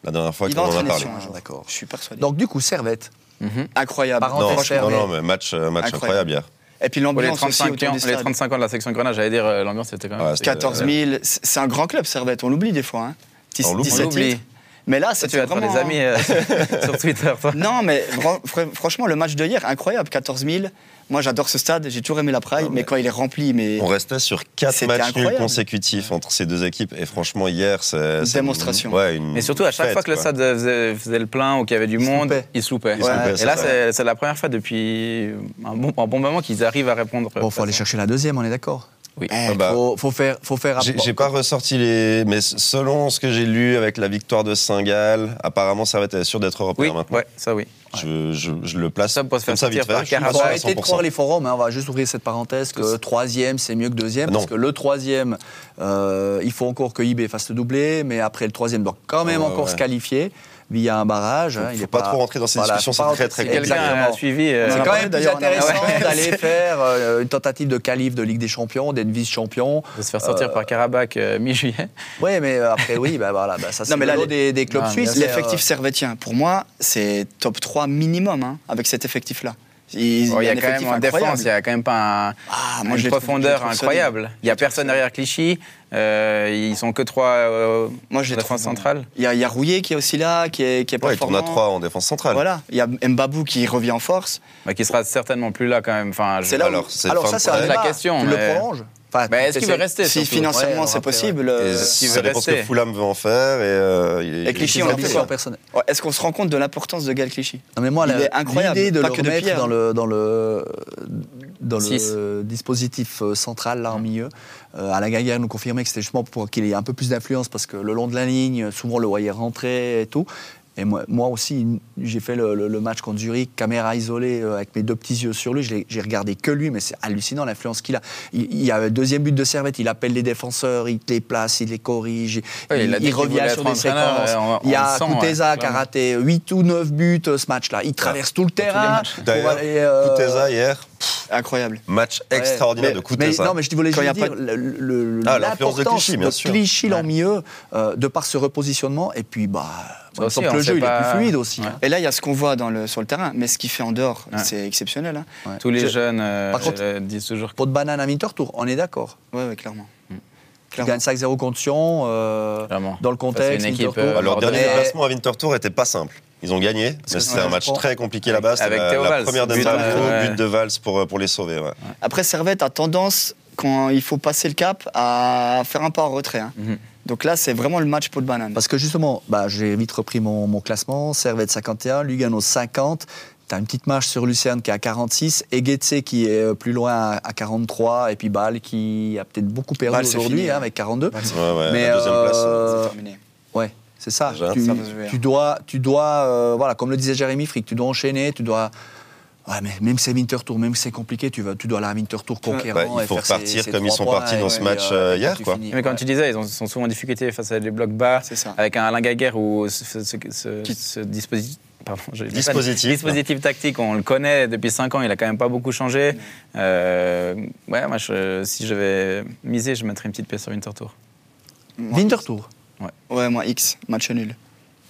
Speaker 3: La dernière fois
Speaker 5: Il
Speaker 3: qu'on
Speaker 5: va
Speaker 3: en a
Speaker 5: entraîner
Speaker 3: parlé.
Speaker 5: Sion un jour.
Speaker 2: D'accord.
Speaker 5: Je suis persuadé.
Speaker 2: Donc, du coup, Servette.
Speaker 4: mhm.
Speaker 5: Incroyable.
Speaker 2: Par
Speaker 3: Non,
Speaker 2: Parenthèse
Speaker 3: non,
Speaker 2: fermée.
Speaker 3: non, mais match, euh, match
Speaker 5: Incroyable.
Speaker 3: incroyable hier.
Speaker 5: Et puis
Speaker 4: Pour les
Speaker 5: l'ambiance aussi
Speaker 4: 35,
Speaker 5: autour
Speaker 4: ans,
Speaker 5: du
Speaker 4: les
Speaker 5: stade.
Speaker 4: 35 ans de la section Grenade, j'allais dire, euh, l'ambiance était quand même.
Speaker 3: Ouais, c'était-
Speaker 5: 14 000, c'est c'est un grand club Servette, on l'oublie des fois. Hein. Tis-
Speaker 3: On l'oublie.
Speaker 5: 17
Speaker 4: On l'oublie.
Speaker 5: titres. Mais là,
Speaker 4: Ça,
Speaker 5: c'est
Speaker 4: tu vas te faire
Speaker 5: vraiment...
Speaker 4: des amis euh, sur Twitter, toi.
Speaker 5: Non, mais fran- fr- franchement, le match de hier, incroyable, 14 000. Moi, j'adore ce stade, j'ai toujours aimé la Praille,
Speaker 3: Non,
Speaker 5: mais...
Speaker 3: mais
Speaker 5: quand il est rempli, mais
Speaker 3: On restait sur quatre
Speaker 5: C'était
Speaker 3: matchs
Speaker 5: incroyable.
Speaker 3: nuls consécutifs entre ces deux équipes. Et franchement, hier, c'est.
Speaker 5: Une
Speaker 3: c'est une-
Speaker 5: démonstration.
Speaker 3: ouais, une
Speaker 4: Mais surtout, à chaque
Speaker 3: fête,
Speaker 4: fois que le
Speaker 3: quoi.
Speaker 4: stade faisait, faisait le plein ou qu'il y avait du
Speaker 2: se
Speaker 4: monde,
Speaker 2: loupaient.
Speaker 4: ils se loupaient.
Speaker 3: Ils se loupaient,
Speaker 4: Et
Speaker 3: c'est
Speaker 4: là,
Speaker 3: vrai.
Speaker 4: c'est c'est la première fois depuis un bon, un bon moment qu'ils arrivent à répondre.
Speaker 2: Bon, faut aller chercher la deuxième, on est d'accord.
Speaker 3: bah,
Speaker 5: Eh,
Speaker 3: Ah bah,
Speaker 2: faut, faut faire, faut faire.
Speaker 3: J'ai j'ai pas ressorti les. Mais selon ce que j'ai lu avec la victoire de Saint-Gall, apparemment, Servette est sûr d'être
Speaker 4: Oui,
Speaker 3: européen maintenant.
Speaker 4: ouais, ça oui.
Speaker 3: Je, je- je le place
Speaker 4: Ça, pour se faire
Speaker 3: comme ça vite
Speaker 4: sortir par
Speaker 3: fait. Je suis pas
Speaker 2: Faut
Speaker 4: Carabao.
Speaker 3: sûr à
Speaker 2: arrêter de
Speaker 3: 100%.
Speaker 2: croire les forums, hein, on va juste ouvrir cette parenthèse que troisième c'est mieux que deuxième,
Speaker 3: Non.
Speaker 2: parce que le troisième, euh, il faut encore que IB fasse le doublé, mais après le troisième doit quand même
Speaker 3: Ouais,
Speaker 2: encore
Speaker 3: ouais.
Speaker 2: se qualifier. via un barrage. hein, il
Speaker 3: Il ne
Speaker 2: est
Speaker 3: faut pas, trop rentrer dans ces
Speaker 2: voilà,
Speaker 3: discussions,
Speaker 2: faut pas
Speaker 3: c'est très
Speaker 2: rentrer-
Speaker 3: très
Speaker 4: Et quelqu'un
Speaker 3: compliqué.
Speaker 4: a euh,
Speaker 2: Exactement.
Speaker 4: sud'ailleurs.
Speaker 5: On en
Speaker 2: C'est
Speaker 5: a
Speaker 2: quand
Speaker 5: parlé
Speaker 2: même plus
Speaker 5: d'ailleurs, on en a
Speaker 2: intéressant
Speaker 4: parlé.
Speaker 2: d'aller faire euh, une tentative de qualif de Ligue des Champions, d'être vice-champion.
Speaker 4: De se faire sortir par Karabakh euh, mi-juillet.
Speaker 2: Oui, mais euh, après, oui, bah, voilà, bah, ça c'est
Speaker 5: mais là,
Speaker 2: le lot des,
Speaker 5: les-
Speaker 2: des clubs
Speaker 4: Non,
Speaker 2: suisses.
Speaker 4: bien
Speaker 2: c'est,
Speaker 5: L'effectif servetien, pour moi, c'est top 3 minimum hein, avec cet effectif-là. Il,
Speaker 4: Bon, Oh, Il y a
Speaker 5: un
Speaker 4: quand même
Speaker 5: effectif
Speaker 4: en
Speaker 5: incroyable.
Speaker 4: défense, il n'y a quand même pas un-
Speaker 5: Ah, moi,
Speaker 4: une
Speaker 5: je les trouve- je
Speaker 4: profondeur
Speaker 5: les trouve
Speaker 4: incroyable. Il n'y a personne derrière Clichy. euh, ils sont que trois euh,
Speaker 5: Moi, je
Speaker 4: en
Speaker 5: les trouve
Speaker 4: défense
Speaker 5: bons.
Speaker 4: centrale.
Speaker 5: Il y, a- il y a Rouillet qui est aussi là, qui est, qui est
Speaker 3: Ouais, il tourne
Speaker 5: performant.
Speaker 3: à 3 en défense centrale.
Speaker 5: Voilà, il y a Mbabou qui revient en force.
Speaker 4: Bah, qui sera certainement plus là quand même. Enfin, je-
Speaker 5: C'est là où-
Speaker 3: Alors, c'est
Speaker 2: alors ça,
Speaker 3: fin de
Speaker 2: c'est un
Speaker 3: projet.
Speaker 4: la
Speaker 2: débat.
Speaker 4: question,
Speaker 2: Tu
Speaker 4: mais-
Speaker 2: le prolonges Enfin,
Speaker 4: Bah, Est-ce qu'il veut
Speaker 2: t'essaies-
Speaker 4: rester
Speaker 5: Si
Speaker 4: surtout
Speaker 5: financièrement
Speaker 2: Ouais, alors
Speaker 5: c'est
Speaker 2: après,
Speaker 5: possible.
Speaker 3: Et
Speaker 5: euh,
Speaker 4: s'il
Speaker 3: ça
Speaker 4: veut
Speaker 3: dépend ce que
Speaker 4: rester.
Speaker 3: Fulham veut en faire. Et, euh, il est-
Speaker 5: Et
Speaker 3: il
Speaker 5: Clichy,
Speaker 3: est
Speaker 5: on en
Speaker 2: Des
Speaker 5: fait
Speaker 3: habitué.
Speaker 5: quoi
Speaker 2: ambitions personnelles.
Speaker 5: ouais, Est-ce qu'on se rend compte de l'importance de Gal Clichy
Speaker 2: Non, mais moi,
Speaker 5: Il
Speaker 2: la-
Speaker 5: est incroyable,
Speaker 2: l'idée de
Speaker 5: pas
Speaker 2: le
Speaker 5: que de
Speaker 2: remettre
Speaker 5: Pierre.
Speaker 2: dans le, dans le, dans
Speaker 4: Six.
Speaker 2: le dispositif euh, central, là, en milieu, euh, Alain Gaillard nous confirmait que c'était justement pour qu'il ait un peu plus d'influence, parce que le long de la ligne, souvent, on le voyait rentrer et tout. Et moi, moi aussi, j'ai fait le, le- le match contre Zurich, caméra isolée, euh, avec mes deux petits yeux sur lui. Je l'ai- J'ai regardé que lui, mais c'est hallucinant l'influence qu'il a. Il, il y a le deuxième but de Servette, il appelle les défenseurs, il les place, il les corrige,
Speaker 4: Ouais,
Speaker 2: il,
Speaker 4: a dit
Speaker 2: il
Speaker 4: qu'il
Speaker 2: revient
Speaker 4: voulait
Speaker 2: sur
Speaker 4: être
Speaker 2: des
Speaker 4: entraîneur,
Speaker 2: séquences.
Speaker 4: euh,
Speaker 3: Ah,
Speaker 4: on-
Speaker 2: il y
Speaker 4: on
Speaker 2: a
Speaker 4: le sent, ouais,
Speaker 2: Kuteza qui a
Speaker 4: clairement.
Speaker 2: raté 8 ou 9 buts euh, ce match-là. Il traverse tout le terrain.
Speaker 4: matchs.
Speaker 2: pour
Speaker 3: D'ailleurs,
Speaker 2: aller, euh,
Speaker 3: Kuteza hier,
Speaker 5: Incroyable.
Speaker 3: match
Speaker 2: ouais.
Speaker 3: extraordinaire
Speaker 2: Mais-
Speaker 3: de
Speaker 2: mais,
Speaker 3: Kuteza.
Speaker 2: Non, mais je voulais
Speaker 5: Quand
Speaker 2: juste
Speaker 5: il y a
Speaker 2: dire
Speaker 5: pas
Speaker 2: le- le-
Speaker 3: Ah,
Speaker 2: l'importance
Speaker 3: l'influence de Clichy, bien
Speaker 2: de
Speaker 3: sûr.
Speaker 2: Clichy
Speaker 4: Ouais.
Speaker 2: en milieu, euh, de par ce repositionnement, et puis bah,
Speaker 4: Ça
Speaker 2: il me
Speaker 4: aussi,
Speaker 2: semble que
Speaker 4: on
Speaker 2: le
Speaker 4: sait
Speaker 2: jeu il est
Speaker 4: pas-
Speaker 2: plus fluide aussi.
Speaker 4: Ouais.
Speaker 2: hein.
Speaker 5: Et là, il y a ce qu'on voit dans le, sur le terrain, mais ce qu'il fait en dehors,
Speaker 4: Ouais.
Speaker 5: c'est exceptionnel. Hein.
Speaker 4: Tous les
Speaker 2: Je-
Speaker 4: jeunes euh,
Speaker 2: Par contre-
Speaker 4: euh, disent toujours que
Speaker 2: Pot de banane à mi-tour, on est d'accord.
Speaker 5: Ouais, ouais, clairement.
Speaker 4: Mm.
Speaker 2: Tu
Speaker 5: Clairement.
Speaker 2: gagnes 5-0 contre Sion, euh,
Speaker 4: Clairement.
Speaker 2: dans le contexte,
Speaker 4: une équipe,
Speaker 2: Winterthur.
Speaker 4: euh,
Speaker 3: Alors,
Speaker 4: Bordelais.
Speaker 3: dernier
Speaker 2: Mais-
Speaker 3: déplacement à Winterthur était pas simple. Ils ont gagné, mais c'était
Speaker 2: ouais,
Speaker 3: un
Speaker 2: je
Speaker 3: match
Speaker 2: crois.
Speaker 3: très compliqué là-bas. C'était
Speaker 4: Avec
Speaker 3: la,
Speaker 4: Théo
Speaker 3: la
Speaker 4: Valls.
Speaker 3: première
Speaker 4: But,
Speaker 3: d'Embabou,
Speaker 4: ouais.
Speaker 3: but de Valls pour, euh, pour les sauver. ouais.
Speaker 5: Après, Servette a tendance, quand il faut passer le cap, à faire un pas en retrait. hein.
Speaker 4: Mhm.
Speaker 5: Donc là, c'est vraiment le match pot de banane.
Speaker 2: Parce que justement, bah, j'ai vite repris mon, mon classement. Servette 51, Lugano 50. Tu as une petite marche sur Lucerne qui est à 46, Eguetse qui est euh, plus loin à, à 43, et puis Bâle qui a peut-être beaucoup perdu
Speaker 5: Bâle, c'est
Speaker 2: aujourd'hui
Speaker 5: fini,
Speaker 2: hein,
Speaker 5: ouais.
Speaker 2: avec 42.
Speaker 3: Ouais, ouais,
Speaker 2: Mais,
Speaker 3: la deuxième place.
Speaker 2: euh,
Speaker 5: C'est terminé.
Speaker 2: Ouais, c'est ça.
Speaker 3: Déjà,
Speaker 2: tu,
Speaker 5: ça va se jouer, hein.
Speaker 2: tu dois, tu dois euh, voilà, comme le disait Jérémy Frick, tu dois enchaîner, tu dois. Ouais, mais même si c'est Winterthur, même si c'est compliqué, tu, vas, tu dois aller à Winterthur conquérant.
Speaker 3: Ouais, Bah, il
Speaker 2: et
Speaker 3: faut
Speaker 2: faire ses-
Speaker 3: repartir
Speaker 2: ses
Speaker 3: comme
Speaker 2: trois
Speaker 3: ils sont
Speaker 2: points,
Speaker 3: partis
Speaker 2: et
Speaker 3: dans
Speaker 2: puis,
Speaker 3: ce match,
Speaker 2: euh,
Speaker 3: euh, hier,
Speaker 2: tu
Speaker 3: quoi.
Speaker 2: finis.
Speaker 4: Mais comme
Speaker 2: Ouais.
Speaker 4: tu disais, ils ont- sont souvent en difficulté face à des blocs bas,
Speaker 5: C'est ça.
Speaker 4: avec un Alain Gaguerre ou ce, ce- ce-
Speaker 5: Qui- hein.
Speaker 4: ce dispositif. pardon, j'ai le
Speaker 3: Dispositif.
Speaker 4: dispositif tactique, on le connaît depuis 5 ans, il a quand même pas beaucoup changé. Euh, ouais, moi, je- si je vais miser, je mettrais une petite pièce sur Winterthur.
Speaker 2: Ah,
Speaker 5: Moi,
Speaker 2: Winterthur.
Speaker 5: Ouais, moi, X, match nul.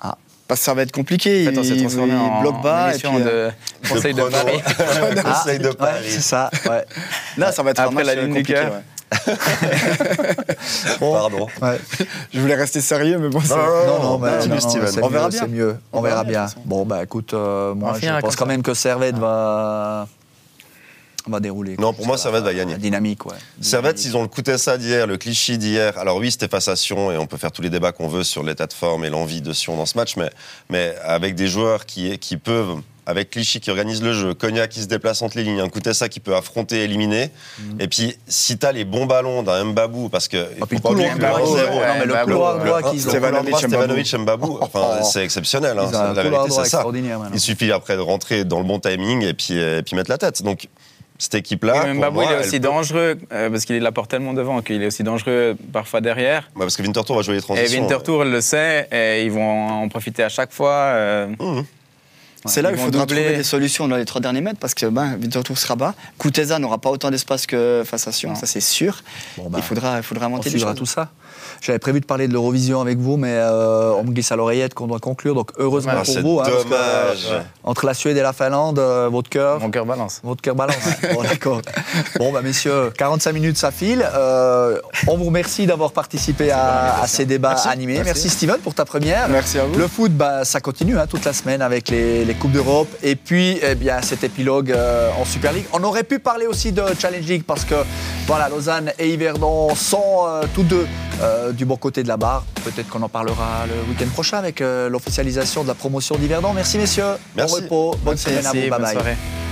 Speaker 2: Ah.
Speaker 5: Parce que ça va être compliqué.
Speaker 4: En fait, on s'est
Speaker 5: il,
Speaker 4: transformé
Speaker 5: il
Speaker 4: en,
Speaker 5: bloque bas.
Speaker 4: en
Speaker 5: et
Speaker 4: émission
Speaker 5: puis,
Speaker 4: de
Speaker 5: euh,
Speaker 4: conseil de
Speaker 3: prono.
Speaker 4: Paris. Ah.
Speaker 3: Conseil de
Speaker 2: ouais,
Speaker 3: Paris.
Speaker 2: ah, c'est ça. Ouais.
Speaker 5: Là, ça va être un
Speaker 4: Après
Speaker 5: match
Speaker 4: la
Speaker 5: euh,
Speaker 4: Ligue des
Speaker 5: compliqué.
Speaker 4: Cœurs.
Speaker 5: ouais.
Speaker 3: Pardon.
Speaker 2: ouais.
Speaker 5: Je voulais rester sérieux,
Speaker 4: Bah,
Speaker 5: mais bon, c'est-
Speaker 2: Non, non, mais
Speaker 3: continue,
Speaker 2: non, non,
Speaker 3: Steven.
Speaker 2: c'est
Speaker 5: On verra
Speaker 2: mieux,
Speaker 5: bien.
Speaker 2: C'est mieux. On,
Speaker 5: On verra
Speaker 2: verra
Speaker 5: bien,
Speaker 2: bien.
Speaker 5: de toute façon.
Speaker 2: Bon, bah écoute, euh,
Speaker 4: On
Speaker 2: moi,
Speaker 4: finira
Speaker 2: je pense
Speaker 4: comme
Speaker 2: quand
Speaker 4: ça.
Speaker 2: même que Servette va. va dérouler.
Speaker 3: Non,
Speaker 2: quoi.
Speaker 3: pour moi,
Speaker 2: Ça
Speaker 3: Servette va gagner.
Speaker 2: La dynamique, ouais.
Speaker 3: Servette, ils ont le Kutessa d'hier, le Clichy d'hier. Alors oui, c'était face à Sion et on peut faire tous les débats qu'on veut sur l'état de forme et l'envie de Sion dans ce match, mais, mais avec des joueurs qui, qui peuvent, avec Clichy qui organise le jeu, Cognac qui se déplace entre les lignes, un Kutessa qui peut affronter, éliminer. Et puis, si t'as les bons ballons d'un Mbabou, parce que...
Speaker 2: Mm. Ah, puis
Speaker 3: faut
Speaker 2: le
Speaker 3: pas oublier
Speaker 2: couloir
Speaker 3: que le
Speaker 2: droit,
Speaker 3: 1-0,
Speaker 2: ouais,
Speaker 3: hein,
Speaker 2: non, mais le
Speaker 4: Mbabou,
Speaker 2: couloir
Speaker 4: ouais.
Speaker 2: droit qu'ils ont.
Speaker 5: C'est Stevanovic,
Speaker 3: Stevanovic,
Speaker 5: Mbabou.
Speaker 3: Stevanovic, Mbabou, enfin, c'est exceptionnel. hein,
Speaker 2: Oh. Ils ont un
Speaker 3: la
Speaker 2: couloir droit
Speaker 3: vérité, c'est ça.
Speaker 2: extraordinaire maintenant.
Speaker 3: Il suffit après de rentrer dans le bon timing et puis, euh, et puis mettre la tête. Donc, cette
Speaker 4: Oui,
Speaker 3: équipe-là,
Speaker 4: mais
Speaker 3: pour
Speaker 4: Mbabou,
Speaker 3: moi,
Speaker 4: il est
Speaker 3: elle
Speaker 4: aussi
Speaker 3: peut-
Speaker 4: dangereux, euh, parce qu'il l'apporte tellement devant qu'il est aussi dangereux parfois derrière.
Speaker 3: Ouais, parce que Winterthur va jouer les
Speaker 4: Et
Speaker 3: transitions.
Speaker 4: Winterthur le sait, et ils vont en profiter à chaque fois. euh,
Speaker 3: Mmh.
Speaker 5: C'est là
Speaker 4: ils
Speaker 5: où il
Speaker 4: vont
Speaker 5: faudra
Speaker 4: doubler.
Speaker 5: trouver des solutions dans les trois derniers mètres parce que ben, Winterthur sera bas. Kuteza n'aura pas autant d'espace que face à Sion,
Speaker 4: Non.
Speaker 5: ça c'est sûr.
Speaker 2: Bon, bah,
Speaker 5: il faudra, il faudra
Speaker 2: On
Speaker 5: monter les
Speaker 2: suivra
Speaker 5: choses.
Speaker 2: tout ça. J'avais prévu de parler de l'Eurovision avec vous, mais euh, on me glisse à l'oreillette qu'on doit conclure. Donc heureusement
Speaker 3: Ah,
Speaker 2: pour
Speaker 3: c'est
Speaker 2: vous, hein, parce que,
Speaker 3: dommage.
Speaker 2: euh, entre la Suède et la Finlande, euh, votre cœur,
Speaker 4: Mon cœur balance.
Speaker 2: votre cœur balance. bon d'accord. Bon bah messieurs, 45 minutes ça file. Euh, on vous remercie d'avoir participé à, à ces débats animés. Merci. Steven pour ta première.
Speaker 5: Merci à vous.
Speaker 2: Le foot, bah, ça continue hein, toute la semaine avec les, les Coupes d'Europe. Et puis, eh bien, cet épilogue euh, en Super League. On aurait pu parler aussi de Challenge League parce que voilà, Lausanne et Yverdon sont euh, tous deux euh, du bon côté de la barre. Peut-être qu'on en parlera le week-end prochain avec euh, l'officialisation de la promotion d'Yverdon. Merci, messieurs.
Speaker 3: Merci.
Speaker 2: Bon repos. Bonne semaine à vous. Bye
Speaker 4: Merci, bonne
Speaker 2: bye.
Speaker 4: soirée.